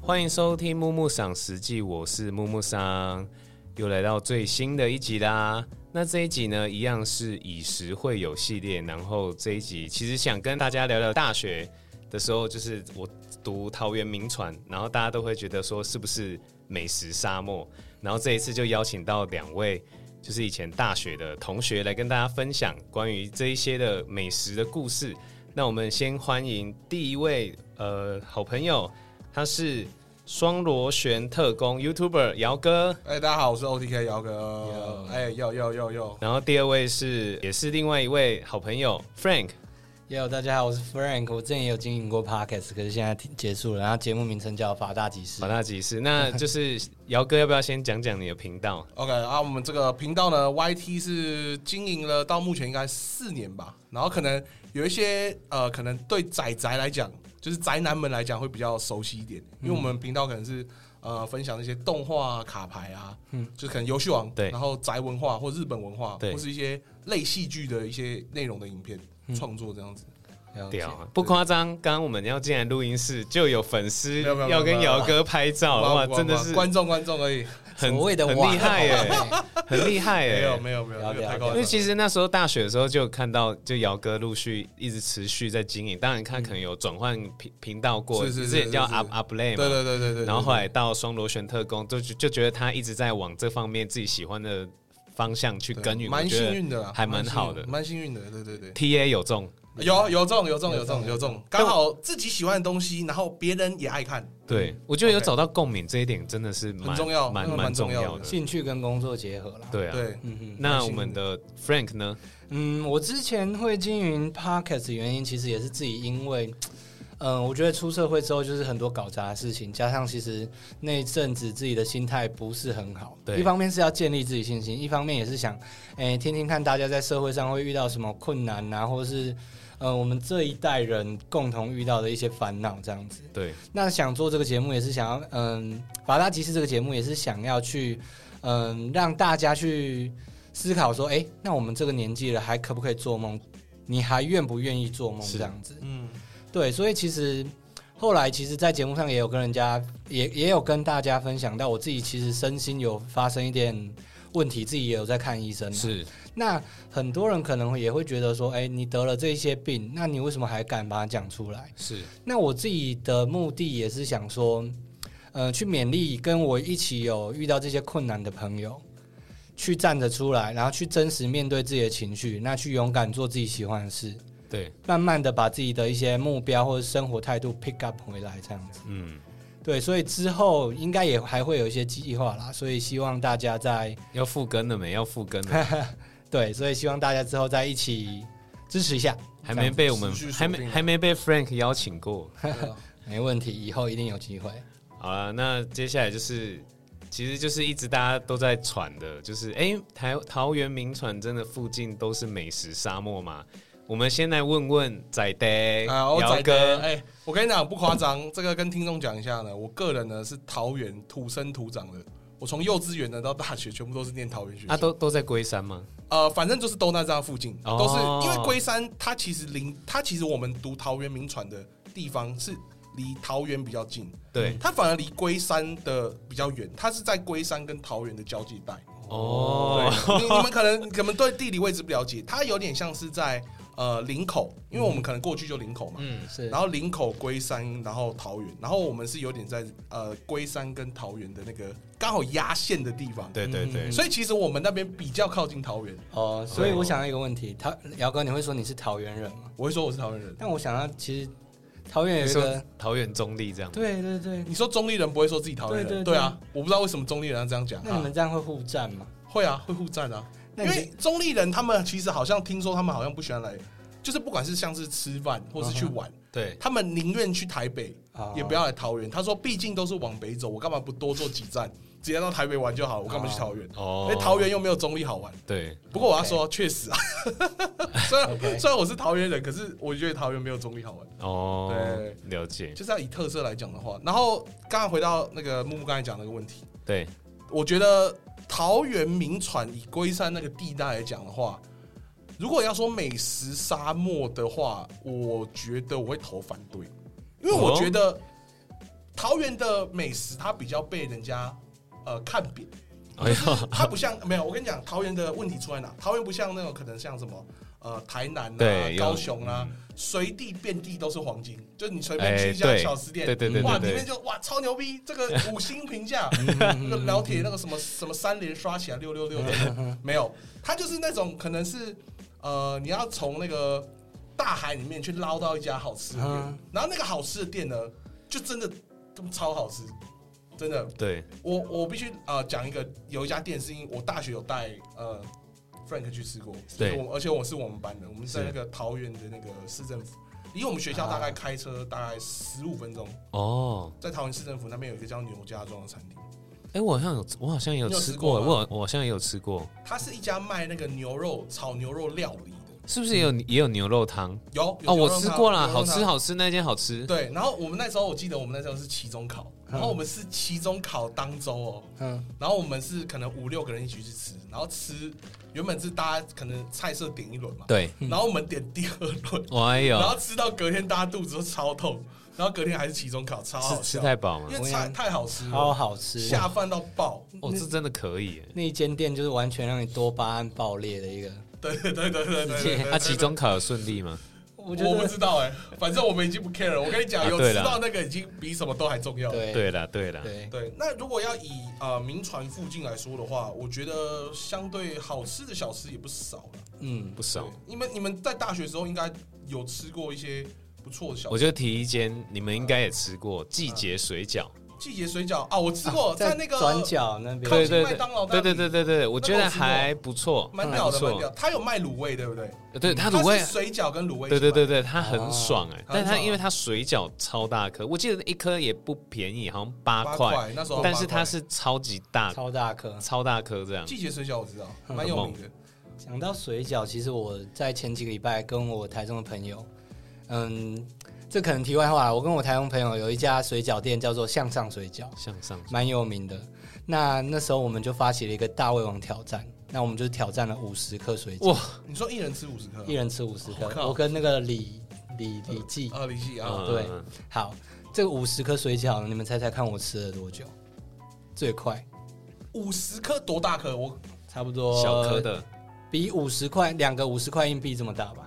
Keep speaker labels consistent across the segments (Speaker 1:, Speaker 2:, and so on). Speaker 1: 欢迎收听《木木赏食记》，我是木木桑，又来到最新的一集啦。那这一集呢，一样是以食会友系列，然后这一集其实想跟大家聊聊大学的时候，就是我读桃园名传，然后大家都会觉得说是不是美食沙漠，然后这一次就邀请到两位。就是以前大学的同学来跟大家分享关于这一些的美食的故事。那我们先欢迎第一位呃好朋友，他是双螺旋特工 YouTuber 姚哥，
Speaker 2: 哎、大家好，我是 OTK 姚哥。哎，呦呦呦呦，
Speaker 1: 然后第二位是也是另外一位好朋友 Frank，
Speaker 3: Yo，大家好，我是 Frank，我之前也有经营过 Podcast，可是现在停结束了。然后节目名称叫《法大集市
Speaker 1: 法》，大集市。那就是姚哥，要不要先讲讲你的频道？
Speaker 2: OK，啊，我们这个频道呢，YT 是经营了到目前应该四年吧，然后可能有一些呃，可能对宅宅来讲，就是宅男们来讲会比较熟悉一点，因为我
Speaker 1: 嗯
Speaker 2: 们频道可能是呃分享那些动画啊卡牌啊，嗯，就是可能游戏王，
Speaker 1: 对
Speaker 2: 然后宅文化或日本文化，
Speaker 1: 对
Speaker 2: 或是一些类戏剧的一些内容的影片
Speaker 1: 嗯
Speaker 2: 创作这样子。
Speaker 3: 了解
Speaker 1: 屌啊，不夸张，刚刚我们要进来录音室，就有粉丝
Speaker 2: 没有没有
Speaker 1: 要跟
Speaker 2: 没有
Speaker 1: 姚哥拍照，哇，
Speaker 2: 不不不
Speaker 1: 真的
Speaker 2: 不
Speaker 1: 是
Speaker 2: 观众观众而已，
Speaker 1: 很
Speaker 3: 所谓的
Speaker 1: 很
Speaker 3: 网
Speaker 1: 厉害 耶、
Speaker 3: 红
Speaker 1: 很厉害耶、
Speaker 2: 没有没有没有，
Speaker 3: 了
Speaker 2: 那
Speaker 3: 解
Speaker 2: 个太
Speaker 3: 了解
Speaker 2: 高
Speaker 1: 因
Speaker 2: 了
Speaker 1: 为其实那时候大学的时候就有看到，就姚哥陆续一直持续在经营，当然他可能有转换频频道过，
Speaker 2: 是是是
Speaker 1: 之前叫
Speaker 2: 是是
Speaker 1: Up Up Play 嘛，
Speaker 2: 对对对对对，
Speaker 1: 然后
Speaker 2: 对
Speaker 1: 后来到双螺旋特工，就就觉得他一直在往这方面自己喜欢的方向去
Speaker 2: 对啊
Speaker 1: 耕耘，
Speaker 2: 蛮幸运的啦，
Speaker 1: 还蛮好的
Speaker 2: 蛮幸运的，对对对。
Speaker 1: T A 有中，
Speaker 2: 有有中有中有中有中，刚
Speaker 1: 但
Speaker 2: 好自己喜欢的东西，然后别人也爱看，
Speaker 1: 对我觉得有
Speaker 2: 嗯 OK
Speaker 1: 找到共鸣这一点真的是蛮
Speaker 2: 很重要
Speaker 1: 蛮
Speaker 2: 那个蛮
Speaker 1: 重
Speaker 2: 重要
Speaker 1: 要
Speaker 2: 的
Speaker 1: 的。
Speaker 3: 兴趣跟工作结合啦。，
Speaker 1: 对啊，
Speaker 2: 对，嗯
Speaker 1: 那我们的 Frank 呢？
Speaker 3: 嗯，我之前会经营 Podcast 的原因，其实也是自己因为。嗯，我觉得出社会之后就是很多搞砸的事情，加上其实那一阵子自己的心态不是很好，
Speaker 1: 对
Speaker 3: 一方面是要建立自己信心，一方面也是想，诶、听听看大家在社会上会遇到什么困难啊，或者是，呃，我们这一代人共同遇到的一些烦恼这样子。
Speaker 1: 对，
Speaker 3: 那想做这个节目也是想要，嗯，法拉集市这个节目也是想要去，嗯，让大家去思考说，哎、那我们这个年纪了，还可不可以做梦？你还愿不愿意做梦？
Speaker 1: 是
Speaker 3: 这样子，
Speaker 2: 嗯，
Speaker 3: 对，所以其实后来其实，在节目上也有跟人家，也也有跟大家分享到，我自己其实身心有发生一点问题，自己也有在看医生。
Speaker 1: 是
Speaker 3: 那很多人可能也会觉得说，哎、你得了这些病，那你为什么还敢把它讲出来？
Speaker 1: 是，
Speaker 3: 那我自己的目的也是想说，呃，去勉励跟我一起有遇到这些困难的朋友，去站着出来，然后去真实面对自己的情绪，那去勇敢做自己喜欢的事，
Speaker 1: 对，
Speaker 3: 慢慢的把自己的一些目标或者生活态度 pick up 回来，这样子。
Speaker 1: 嗯，
Speaker 3: 对，所以之后应该也还会有一些计划啦，所以希望大家在
Speaker 1: 要复更了没？要复更 了，
Speaker 3: 对，所以希望大家之后再一起支持一下，
Speaker 1: 还没被我们
Speaker 2: 持续
Speaker 1: 还
Speaker 2: 锁
Speaker 1: 没
Speaker 2: 定
Speaker 1: 还没被 Frank 邀请过。
Speaker 2: 对啊
Speaker 3: 没问题，以后一定有机会。
Speaker 1: 好了，那接下来就是，其实就是一直大家都在传的，就是哎、诶台桃园名传真的附近都是美食沙漠嘛？我们先来问问仔爹、
Speaker 2: 啊，
Speaker 1: 哎
Speaker 2: 我
Speaker 1: 姚
Speaker 2: 仔哥，
Speaker 1: 哥，
Speaker 2: 哎，我跟你讲不夸张，这个跟听众讲一下呢，我个人呢是桃园土生土长的，我从幼稚园呢到大学全部都是念桃园学
Speaker 1: 啊，
Speaker 2: 校，
Speaker 1: 都都在龟山吗？
Speaker 2: 呃，反正就是都那这样附近，
Speaker 1: 哦
Speaker 2: 都是因为龟山它其实离它其实我们读桃园名传的地方是离桃园比较近，
Speaker 1: 对，
Speaker 2: 它反而离龟山的比较远，它是在龟山跟桃园的交界带。
Speaker 1: 哦，
Speaker 2: 你你们可能可能对地理位置不了解，它有点像是在呃林口，因为我们可能过去就林口嘛。
Speaker 1: 嗯，
Speaker 3: 是，
Speaker 2: 然后林口、龟山，然后桃园，然后我们是有点在呃龟山跟桃园的那个刚好压线的地方，
Speaker 1: 对对对，
Speaker 2: 所以其实我们那边比较靠近桃园。
Speaker 3: 哦，所以我想到一个问题，桃姚哥，你会说你是桃园人吗？
Speaker 2: 我会说我是桃园人，
Speaker 3: 但我想到其实桃
Speaker 2: 嗯
Speaker 3: 园有
Speaker 1: 你
Speaker 3: 一
Speaker 1: 说
Speaker 3: 个，
Speaker 1: 桃园中立这样，
Speaker 3: 对对对，
Speaker 2: 你说中立人不会说自己桃园人，
Speaker 3: 对对对
Speaker 2: 对啊，我不知道为什么中立人要这样讲
Speaker 3: 那你
Speaker 2: 啊，
Speaker 3: 们这样会互战吗？
Speaker 2: 会啊，会互战啊，
Speaker 3: 那
Speaker 2: 因
Speaker 3: 你
Speaker 2: 为中立人他们其实好像听说他们好像不喜欢来，就是不管是像是吃饭或是去玩，
Speaker 1: 对，
Speaker 2: 他们宁愿去台北，
Speaker 3: 啊
Speaker 2: 也不要来桃园。他说，毕竟都是往北走，我干嘛不多坐几站，直接到台北玩就好了？我干嘛去桃园？因
Speaker 1: 哦
Speaker 2: 为，桃园又没有中立好玩。
Speaker 1: 对，
Speaker 2: 不过我要说，确 实啊，虽然
Speaker 3: OK
Speaker 2: 虽然我是桃园人，可是我觉得桃园没有中立好玩。
Speaker 1: 哦，
Speaker 2: 对
Speaker 1: 了解，
Speaker 2: 就是要以特色来讲的话，然后刚刚回到那个木木刚才讲那个问题，
Speaker 1: 对，
Speaker 2: 我觉得桃园名传以龟山那个地带来讲的话，如果要说美食沙漠的话，我觉得我会投反对，因为我觉得桃园的美食它比较被人家呃看扁，
Speaker 1: 哎呦，
Speaker 2: 它不像没有，我跟你讲，桃园的问题出在哪？桃园不像那种可能像什么呃台南啊
Speaker 1: 对、有嗯
Speaker 2: 高雄啊，随地遍地都是黄金，就是你随便
Speaker 1: 哎
Speaker 2: 去一家
Speaker 1: 对
Speaker 2: 小吃店，
Speaker 1: 对对对
Speaker 2: 哇，
Speaker 1: 对对
Speaker 2: 里面就哇超牛逼，这个五星评价，嗯那个老铁那个什么什么三连刷起来六六六
Speaker 1: 嗯
Speaker 2: 的，没有，它就是那种可能是呃你要从那个大海里面去捞到一家好吃的
Speaker 3: 嗯
Speaker 2: 店，然后那个好吃的店呢，就真的他妈超好吃，真的
Speaker 1: 对，
Speaker 2: 我我必须呃讲一个，有一家店是因为我大学有带呃 Frank 去吃过，
Speaker 1: 对
Speaker 2: 就是我而且我是我们班的，我们在
Speaker 1: 是
Speaker 2: 那个桃园的那个市政府，离我们学校大概开车大概十五分钟，
Speaker 1: 哦，
Speaker 2: 在桃园市政府那边有一个叫牛家庄的餐厅，
Speaker 1: 哎，我好像有，我好像也有
Speaker 2: 你有
Speaker 1: 吃
Speaker 2: 吃
Speaker 1: 过，
Speaker 2: 过吗
Speaker 1: 我我好像也有吃过，
Speaker 2: 它是一家卖那个牛肉炒牛肉料理的，
Speaker 1: 是不是也有也有牛肉汤？
Speaker 2: 有
Speaker 1: 哦，我吃过
Speaker 2: 了，
Speaker 1: 啦，
Speaker 2: 牛
Speaker 1: 好
Speaker 2: 肉汤
Speaker 1: 吃。好吃，那间好吃。嗯
Speaker 2: 对，然后我们那时候我记得我们那时候是期中考，然后我们是期中考当周哦，
Speaker 3: 嗯，
Speaker 2: 然后我们是可能五六个人一起去吃，然后吃原本是大家可能菜色点一轮嘛，
Speaker 1: 对，
Speaker 2: 然后我们点第二轮，
Speaker 1: 哎呦，
Speaker 2: 然后吃到隔天大家肚子都超痛，然后隔天还是期中考，超好
Speaker 1: 吃吃
Speaker 2: 笑，
Speaker 1: 太饱吗？
Speaker 2: 因为菜太好吃
Speaker 3: 嗯超
Speaker 2: 了，
Speaker 3: 好吃。
Speaker 2: 下饭到爆。
Speaker 1: 哦，这真的可以耶。
Speaker 3: 那一间店就是完全让你多巴胺爆裂的一个，
Speaker 2: 对对对对对对
Speaker 3: 直接
Speaker 2: 对，
Speaker 1: 他啊期中考有顺利吗？
Speaker 3: 我觉
Speaker 2: 我不
Speaker 3: 得
Speaker 2: 知道哎，反正我们已经不 care 了。我跟你讲，
Speaker 1: 啊
Speaker 2: 有
Speaker 1: 对
Speaker 2: 吃
Speaker 1: 啦
Speaker 2: 到那个已经比什么都还重要。
Speaker 3: 对
Speaker 1: 对啊啦，对啦，
Speaker 3: 对
Speaker 2: 对，那如果要以呃名传附近来说的话，我觉得相对好吃的小吃也不少了。
Speaker 3: 嗯
Speaker 1: 不少
Speaker 2: 对。你们你们在大学的时候应该有吃过一些不错的小
Speaker 1: 我就提一间，你们应该也吃过季节水饺。
Speaker 2: 季节水饺啊，我吃过，
Speaker 3: 在
Speaker 2: 在那个
Speaker 3: 转角那边，
Speaker 2: 靠
Speaker 1: 对
Speaker 2: 近
Speaker 1: 对
Speaker 2: 麦
Speaker 1: 对
Speaker 2: 当劳，
Speaker 1: 对
Speaker 2: 那
Speaker 1: 对
Speaker 2: 里
Speaker 1: 对对对，我觉得还不错，
Speaker 2: 蛮
Speaker 1: 还
Speaker 2: 屌
Speaker 1: 不
Speaker 2: 的，蛮屌
Speaker 1: 错。
Speaker 2: 的。他有卖卤味，对不对？
Speaker 1: 对它卤
Speaker 2: 它
Speaker 1: 味
Speaker 2: 是，水饺跟卤味一起
Speaker 1: 对对
Speaker 2: 卖，
Speaker 1: 对对，它很爽哎，但它
Speaker 2: 很爽
Speaker 1: 因为它水饺超大颗，我记得一颗也不便宜，好像八
Speaker 2: 八
Speaker 1: 块，
Speaker 2: 块，那时候
Speaker 1: 但是
Speaker 2: 八块哦
Speaker 1: 它是超级大
Speaker 3: 超大颗。
Speaker 1: 超大颗这样。
Speaker 2: 季节水饺，我知道，
Speaker 3: 嗯
Speaker 2: 蛮有名的。
Speaker 3: 讲到水饺，其实我在前几个礼拜跟我台中的朋友，嗯，这可能题外话，我跟我台中朋友有一家水饺店叫做向上水饺，
Speaker 1: 向上
Speaker 3: 蛮有名的。那那时候我们就发起了一个大胃王挑战，那我们就挑战了五十颗水饺，
Speaker 1: 哇，
Speaker 2: 你说一人吃五十颗
Speaker 3: 一，人吃五十
Speaker 2: 我靠
Speaker 3: 颗。我跟那个李李李记，
Speaker 2: 啊，李记啊，
Speaker 1: 嗯
Speaker 3: 对好，这五十颗水饺，你们猜猜看我吃了多久？最快，
Speaker 2: 五十颗多大颗？我
Speaker 3: 差不多
Speaker 1: 小颗，的
Speaker 3: 比五十块两个五十块硬币这么大吧？嗯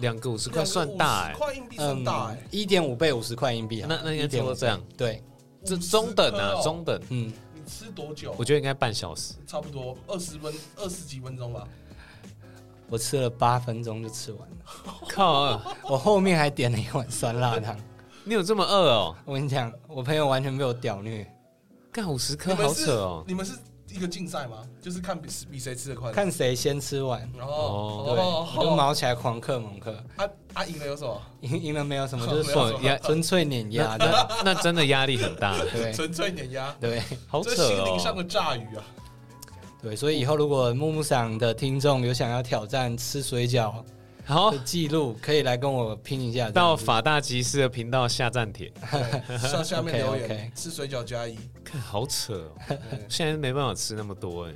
Speaker 1: 两个五十块算大嗯哎
Speaker 2: 50，块硬币算大哎，
Speaker 3: 一点五倍五十块硬币好啊了，
Speaker 1: 那那应该差
Speaker 3: 1.5
Speaker 1: 不多这样，
Speaker 3: 对，
Speaker 1: 这
Speaker 2: 50
Speaker 1: 中等
Speaker 2: 颗
Speaker 1: 啊
Speaker 2: 哦
Speaker 1: 中等，
Speaker 3: 嗯，
Speaker 2: 你吃多久
Speaker 1: 我？觉得应该半小时。
Speaker 2: 差不多二十分二十几分钟 吧。
Speaker 3: 我吃了八分钟就吃完了，
Speaker 1: 靠，啊
Speaker 3: 我后面还点了一碗酸辣汤。
Speaker 1: 你有这么饿哦？
Speaker 3: 我跟你讲，我朋友完全被我屌虐，
Speaker 1: 干五十颗
Speaker 2: 你们
Speaker 1: 好
Speaker 2: 是
Speaker 1: 扯哦！
Speaker 2: 你们是一个竞赛吗？就是看比比谁吃的快。
Speaker 3: 看谁先吃完。
Speaker 2: 哦
Speaker 1: 哦
Speaker 3: 对，
Speaker 2: 哦
Speaker 3: 我就毛起来狂嗑猛嗑，
Speaker 2: 啊啊赢了有什么？
Speaker 3: 赢赢了没有什么，就
Speaker 2: 没
Speaker 3: 是
Speaker 2: 有什
Speaker 1: 爽
Speaker 2: 么
Speaker 1: 压
Speaker 3: 纯粹碾 压
Speaker 1: 那
Speaker 3: 的，
Speaker 1: 那那真的压力很大，
Speaker 3: 对
Speaker 2: 纯粹碾压，
Speaker 3: 对
Speaker 1: 好扯
Speaker 2: 这心灵上的
Speaker 1: 哦！
Speaker 2: 炸鱼啊！
Speaker 3: 对，所以以后如果木木赏的听众有想要挑战吃水饺
Speaker 1: 好
Speaker 2: 哦
Speaker 3: 的，记录，可以来跟我拼一下。
Speaker 1: 到法大集市的频道下站帖，
Speaker 2: 对上下面留
Speaker 3: OK，OK
Speaker 2: 言吃水饺加一，
Speaker 1: 看好扯哦！
Speaker 2: 嗯
Speaker 1: 现在没办法吃那么多哎，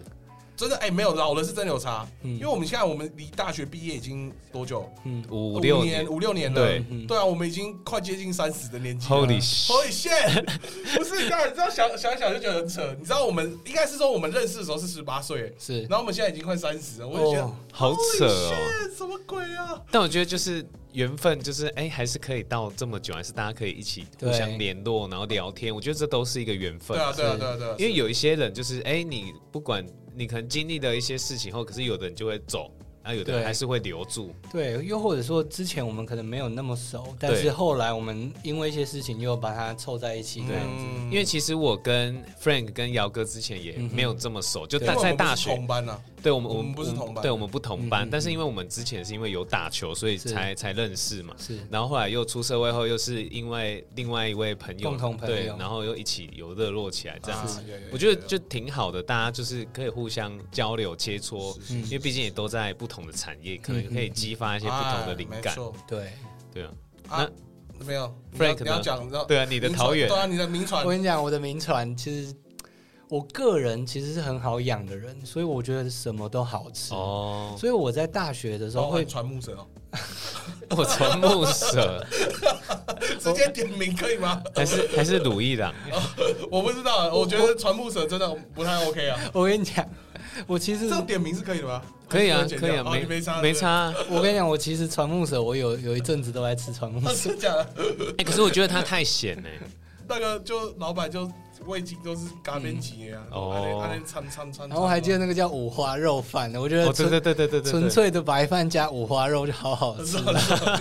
Speaker 2: 真的哎，没有老了是真的有差，
Speaker 3: 嗯
Speaker 2: 因为我们现在我们离大学毕业已经多久？
Speaker 3: 嗯，
Speaker 1: 五六
Speaker 2: 年
Speaker 1: 年
Speaker 2: 五六年了，
Speaker 1: 对
Speaker 3: 嗯
Speaker 2: 对啊，我们已经快接近三十的年纪了。
Speaker 1: ，Holy shit！
Speaker 2: Holy shit！不是，刚才你知道想想一想就觉得很扯。你知道我们应该是说我们认识的时候是十八岁，
Speaker 3: 是
Speaker 2: 然后我们现在已经快三十了，我就觉
Speaker 3: 哦
Speaker 2: 得
Speaker 1: 好扯哦
Speaker 2: Holy shit，什么鬼啊！
Speaker 1: 但我觉得就是缘分，就是哎、还是可以到这么久，还是大家可以一起互相
Speaker 3: 对
Speaker 1: 联络，然后聊天。我觉得这都是一个缘分
Speaker 2: 对。啊，对啊，对啊，对啊，
Speaker 1: 因为有一些人就是哎、你不管你可能经历了一些事情后，可是有的人就会走，然后有的人
Speaker 3: 对
Speaker 1: 还是会留住。
Speaker 3: 对，又或者说之前我们可能没有那么熟，但
Speaker 1: 对
Speaker 3: 是后来我们因为一些事情又把它凑在一起这样子。
Speaker 2: 嗯
Speaker 1: 因为其实我跟 Frank 跟姚哥之前也没有这么熟，就
Speaker 3: 对
Speaker 1: 但
Speaker 2: 因
Speaker 1: 在
Speaker 2: 为我们不是
Speaker 1: 大学
Speaker 2: 同班呐，
Speaker 1: 对我们，
Speaker 2: 我们不是同班
Speaker 1: 对我们不同班，
Speaker 3: 嗯嗯
Speaker 1: 但是因为我们之前是因为有打球，所以
Speaker 3: 是
Speaker 1: 才才认识嘛。
Speaker 3: 是
Speaker 1: 然后后来又出社会后，又是因为另外一位朋友，
Speaker 3: 共同朋友
Speaker 1: 对，然后又一起有热络起来这样子。
Speaker 2: 啊，有有有
Speaker 1: 我觉得
Speaker 2: 有
Speaker 1: 就挺好的，大家就是可以互相交流切磋，
Speaker 2: 是是
Speaker 1: 因为毕竟也都在不同的产业，可能
Speaker 3: 嗯
Speaker 1: 可以激发一些不同的灵感
Speaker 2: 哎没。错
Speaker 3: 对，
Speaker 1: 对啊，
Speaker 2: 啊，没有
Speaker 1: Frank
Speaker 2: 你要
Speaker 1: 呢
Speaker 2: 讲，你知道
Speaker 1: 对啊，你的
Speaker 2: 名传
Speaker 1: 桃园
Speaker 2: 对啊，你的名传
Speaker 3: 我，跟你讲，我的名船其实我个人其实是很好养的人，所以我觉得什么都好吃。
Speaker 1: 哦，
Speaker 3: 所以我在大学的时
Speaker 2: 然后
Speaker 3: 候 会
Speaker 2: 传木蛇哦，
Speaker 1: 我从木舍，
Speaker 2: 直接点名可以吗？
Speaker 1: 还是还是鲁艺啊郎，
Speaker 2: 我不知道，我觉得传木蛇真的不太 OK 啊。
Speaker 3: 我跟你讲，我其实
Speaker 2: 这种点名是可以的吗？
Speaker 1: 可以啊
Speaker 2: 还，是会剪
Speaker 1: 可
Speaker 2: 掉
Speaker 1: 以啊，
Speaker 2: 哦
Speaker 1: 没
Speaker 2: 你没差，
Speaker 1: 没差。啊。
Speaker 3: 我跟你讲，我其实传木蛇，我有有一阵子都在吃传木
Speaker 2: 对不对。
Speaker 3: 蛇。
Speaker 2: 啊 真的假的？
Speaker 1: 哎，可是我觉得他太咸 了。
Speaker 2: 那个就老板就味精都是嘎边级啊，
Speaker 1: 嗯
Speaker 2: 哦，
Speaker 1: 哦
Speaker 2: 他那掺掺掺，
Speaker 3: 然后我还记得那个叫五花肉饭的，我觉得
Speaker 1: 哦，对
Speaker 3: 纯、
Speaker 1: 对对对对对，
Speaker 3: 啊纯粹的白饭加五花肉就 好好吃。
Speaker 2: 很好吃，啊，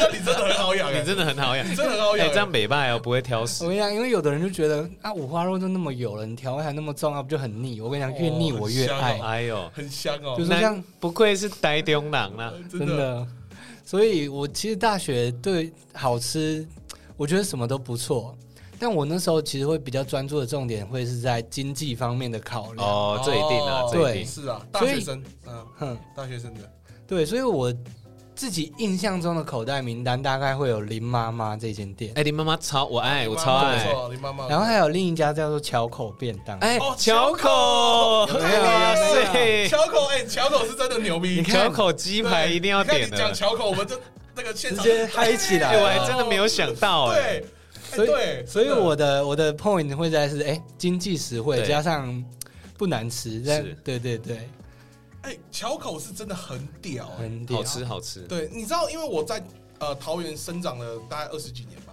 Speaker 2: 那你真的很好养 欸，
Speaker 1: 你真的很好养
Speaker 2: 你，真的很好
Speaker 1: 哎，
Speaker 2: 养
Speaker 1: 这
Speaker 2: 欸
Speaker 1: 样。北拜哦，不会挑食
Speaker 3: 我。跟你讲，因为有的人就觉得啊，五花肉就那么油了，你调味还那么重，啊，不就很腻？我跟你讲，越腻
Speaker 2: 哦
Speaker 3: 我
Speaker 2: 很
Speaker 3: 越
Speaker 2: 香
Speaker 3: 爱，
Speaker 1: 哎呦，
Speaker 2: 很香哦
Speaker 3: 就，是
Speaker 1: 那
Speaker 3: 像
Speaker 1: 不愧是呆中啊郎啦。
Speaker 3: 真的。所以我其实大学对好吃，我觉得什么都不错。但我那时候其实会比较专注的重点会是在经济方面的考量。
Speaker 1: 哦，这一定啊
Speaker 2: 哦，
Speaker 1: 这一定。
Speaker 2: 是啊，大
Speaker 3: 所以
Speaker 2: 学生，嗯，
Speaker 3: 哼，
Speaker 2: 大学生的，
Speaker 3: 对，所以我自己印象中的口袋名单大概会有林妈妈这间店，
Speaker 1: 哎，林妈妈超我爱，我
Speaker 2: 你妈
Speaker 1: 超
Speaker 2: 妈不
Speaker 1: 爱。
Speaker 2: 错，你妈妈，
Speaker 3: 然后还有另一家叫做巧口便当。
Speaker 1: 哎
Speaker 2: 哦，
Speaker 1: 巧
Speaker 2: 巧
Speaker 1: 口，哎
Speaker 2: 口哎
Speaker 3: 有
Speaker 1: 哇
Speaker 3: 没
Speaker 1: 塞，
Speaker 2: 巧口，哎，巧口是真的牛逼，
Speaker 1: 你
Speaker 3: 看
Speaker 1: 巧口鸡排一定要
Speaker 2: 对你
Speaker 1: 点
Speaker 2: 看你讲
Speaker 1: 的。
Speaker 2: 巧口，我们就那个现
Speaker 3: 直
Speaker 2: 场
Speaker 3: 接嗨起来
Speaker 1: 哎，我还真的没有想到哎
Speaker 2: 对。，哎
Speaker 3: 所以
Speaker 2: 对，
Speaker 3: 所以我的我的 point 会在是哎、经济实惠
Speaker 1: 对
Speaker 3: 加上不难吃，但
Speaker 1: 是
Speaker 3: 对对对，
Speaker 2: 哎，巧口是真的很屌，哎
Speaker 3: 很屌
Speaker 1: 哦好吃好吃，
Speaker 2: 对，你知道，因为我在呃桃园生长了大概二十几年吧，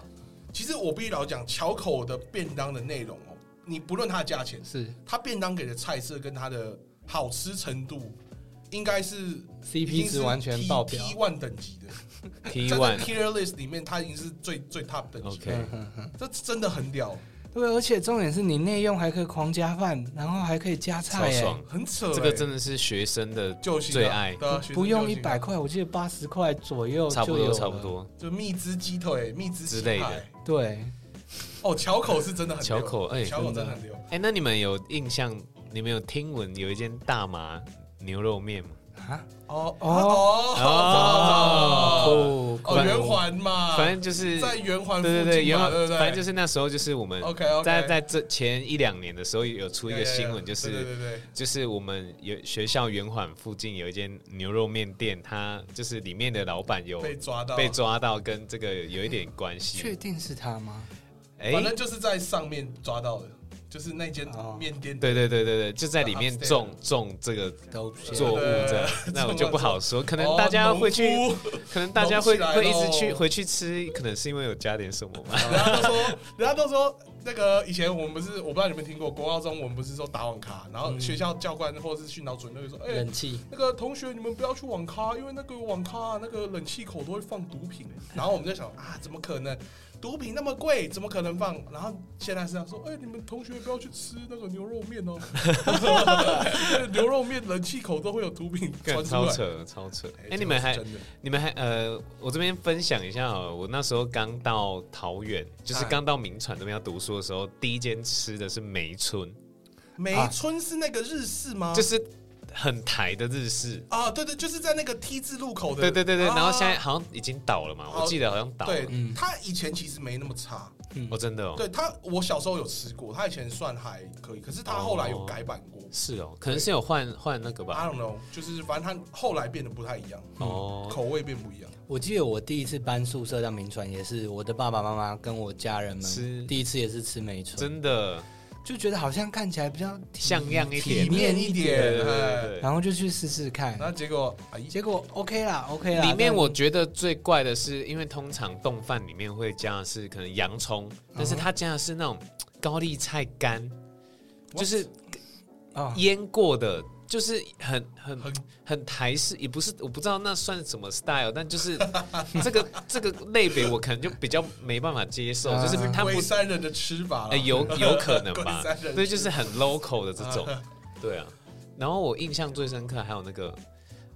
Speaker 2: 其实我必须老讲，巧口的便当的内容哦，你不论它的价钱，
Speaker 3: 是
Speaker 2: 它便当给的菜色跟它的好吃程度，应该是
Speaker 3: CP 值完全爆表。
Speaker 2: T one 等级的，
Speaker 1: T
Speaker 2: 在
Speaker 1: one
Speaker 2: tier list 里面，它已经是最最 top 等级
Speaker 1: OK
Speaker 2: 了，
Speaker 3: 嗯哼哼
Speaker 2: 这真的很屌，
Speaker 3: 对，而且重点是你内用还可以狂加饭，然后还可以加
Speaker 1: 超
Speaker 3: 菜、哎，
Speaker 1: 爽，
Speaker 2: 很扯、欸，
Speaker 1: 这个真的是学生的
Speaker 2: 救星啊
Speaker 1: 最爱
Speaker 2: 对啊学生
Speaker 3: 不用
Speaker 2: 救
Speaker 3: 一
Speaker 2: 星啊
Speaker 3: 百块，我记得八十块左右
Speaker 1: 差不
Speaker 3: 就有
Speaker 1: 多
Speaker 3: 了
Speaker 1: 差不。多。
Speaker 2: 就蜜汁鸡腿、蜜汁
Speaker 1: 之
Speaker 2: 鸡
Speaker 1: 类的
Speaker 2: 排。
Speaker 3: 对，
Speaker 2: 哦，巧口是真的很
Speaker 1: 巧
Speaker 2: 溜
Speaker 1: 口哎
Speaker 2: 巧口真
Speaker 3: 真的
Speaker 2: 的很溜。
Speaker 1: 哎，那你们有印象？你们有听闻有一间大麻牛肉面吗？
Speaker 2: 哦
Speaker 3: 哦
Speaker 2: 哦哦
Speaker 3: 酷
Speaker 2: 哦，
Speaker 3: 酷
Speaker 2: 圆环嘛，
Speaker 1: 反正就是
Speaker 2: 在圆环附
Speaker 1: 对
Speaker 2: 近
Speaker 1: 对
Speaker 2: 嘛，
Speaker 1: 对，原
Speaker 2: 对不对？
Speaker 1: 反正就是那时候就是我们
Speaker 2: OK OK，
Speaker 1: 在在这前一两年的时候有出一个新闻，就
Speaker 2: 对
Speaker 1: 是
Speaker 2: 对对
Speaker 1: 就是我们有学校圆环附近有一间牛肉面店，它就是里面的老板有
Speaker 2: 对，被抓到，
Speaker 1: 被抓到，跟这个有一点关
Speaker 3: 确
Speaker 1: 系。
Speaker 3: 定是他吗？
Speaker 1: 哎，
Speaker 2: 反正就是在上面抓到的，就是那间
Speaker 3: 哦
Speaker 2: 面店
Speaker 1: 对对对对对，就在里面
Speaker 2: 啊 Upstairs
Speaker 1: 种种这个
Speaker 3: 都不是
Speaker 1: 作物这样
Speaker 2: 对，
Speaker 1: 那我就不好说，可
Speaker 2: 可
Speaker 1: 能大家会去，
Speaker 2: 哦农夫
Speaker 1: 可能大家会
Speaker 2: 农起来
Speaker 1: 会一直去
Speaker 2: 咯
Speaker 1: 回去吃，可能是因为有加点什么吧。
Speaker 2: 人家都说，人家都说那个以前我们不是，我不知道你们听过，国高中我们不是说打网咖，然后学校教官或者是训导主任就会说，哎，
Speaker 3: 冷气，
Speaker 2: 那个同学，你们不要去网咖，因为那个网咖那个冷气口都会放毒品。然后我们就想啊，怎么可能？毒品那么贵，怎么可能放？然后现在是这样说，哎、你们同学不要去吃那个牛肉面哦，牛肉面冷气口都会有毒品
Speaker 1: 干
Speaker 2: 传出
Speaker 1: 超
Speaker 2: 来。
Speaker 1: 扯超扯！哎、你们还
Speaker 2: 这个是真的
Speaker 1: 你们还呃，我这边分享一下好了，我那时候刚到桃园，就是
Speaker 2: 哎
Speaker 1: 刚到明传这边要读书的时候，第一间吃的是梅村，
Speaker 2: 梅村是那个日式吗？
Speaker 1: 就是很台的日式。哦
Speaker 2: 啊，对对，就是在那个 T 字路口的。
Speaker 1: 对对对对，
Speaker 2: 啊
Speaker 1: 然后现在好像已经倒了嘛，
Speaker 2: 好
Speaker 1: 我记得好像倒了
Speaker 2: 对。
Speaker 3: 嗯
Speaker 2: 他以前其实没那么差，
Speaker 3: 嗯
Speaker 1: 哦，，真的哦，
Speaker 2: 对他，我小时候有吃过，他以前算还可以，可是他后来有
Speaker 1: 哦
Speaker 2: 改版过。
Speaker 1: 是哦，可能是有换换那个
Speaker 2: I
Speaker 1: 吧。
Speaker 2: don't know，就是反正它后来变得不太一样，
Speaker 1: 哦，
Speaker 2: 口味变不一样。
Speaker 3: 我记得我第一次搬宿舍到民传，也是我的爸爸妈妈跟我家人
Speaker 1: 吃
Speaker 3: 们第一次也是吃梅村，
Speaker 1: 真的
Speaker 3: 就觉得好像看起来比较体
Speaker 1: 像样一点
Speaker 3: 体面一
Speaker 2: 对
Speaker 3: 点，
Speaker 1: 对对对对对。
Speaker 3: 然后就去试试看
Speaker 2: 然，后哎结果，哎，
Speaker 3: 结果 OK 啦，OK 啦。
Speaker 1: 里面
Speaker 3: 但
Speaker 1: 我觉得最怪的是，因为通常冻饭里面会加的是可能洋葱，但是它加的是那种高丽菜干，就是
Speaker 3: 哦，
Speaker 1: 腌过的，就是很很
Speaker 2: 啊很
Speaker 1: 很台式，也不是我不知道那算什么 style，但就是 这个这个类别我可能就比较没办法接受，
Speaker 3: 啊
Speaker 1: 就是它不
Speaker 2: 龟
Speaker 1: 是、
Speaker 2: 山人的吃法了
Speaker 1: 哎，有有可能吧
Speaker 2: 龟山人吃，
Speaker 1: 对，就是很 local 的这种，对啊。然后我印象最深刻还有那个。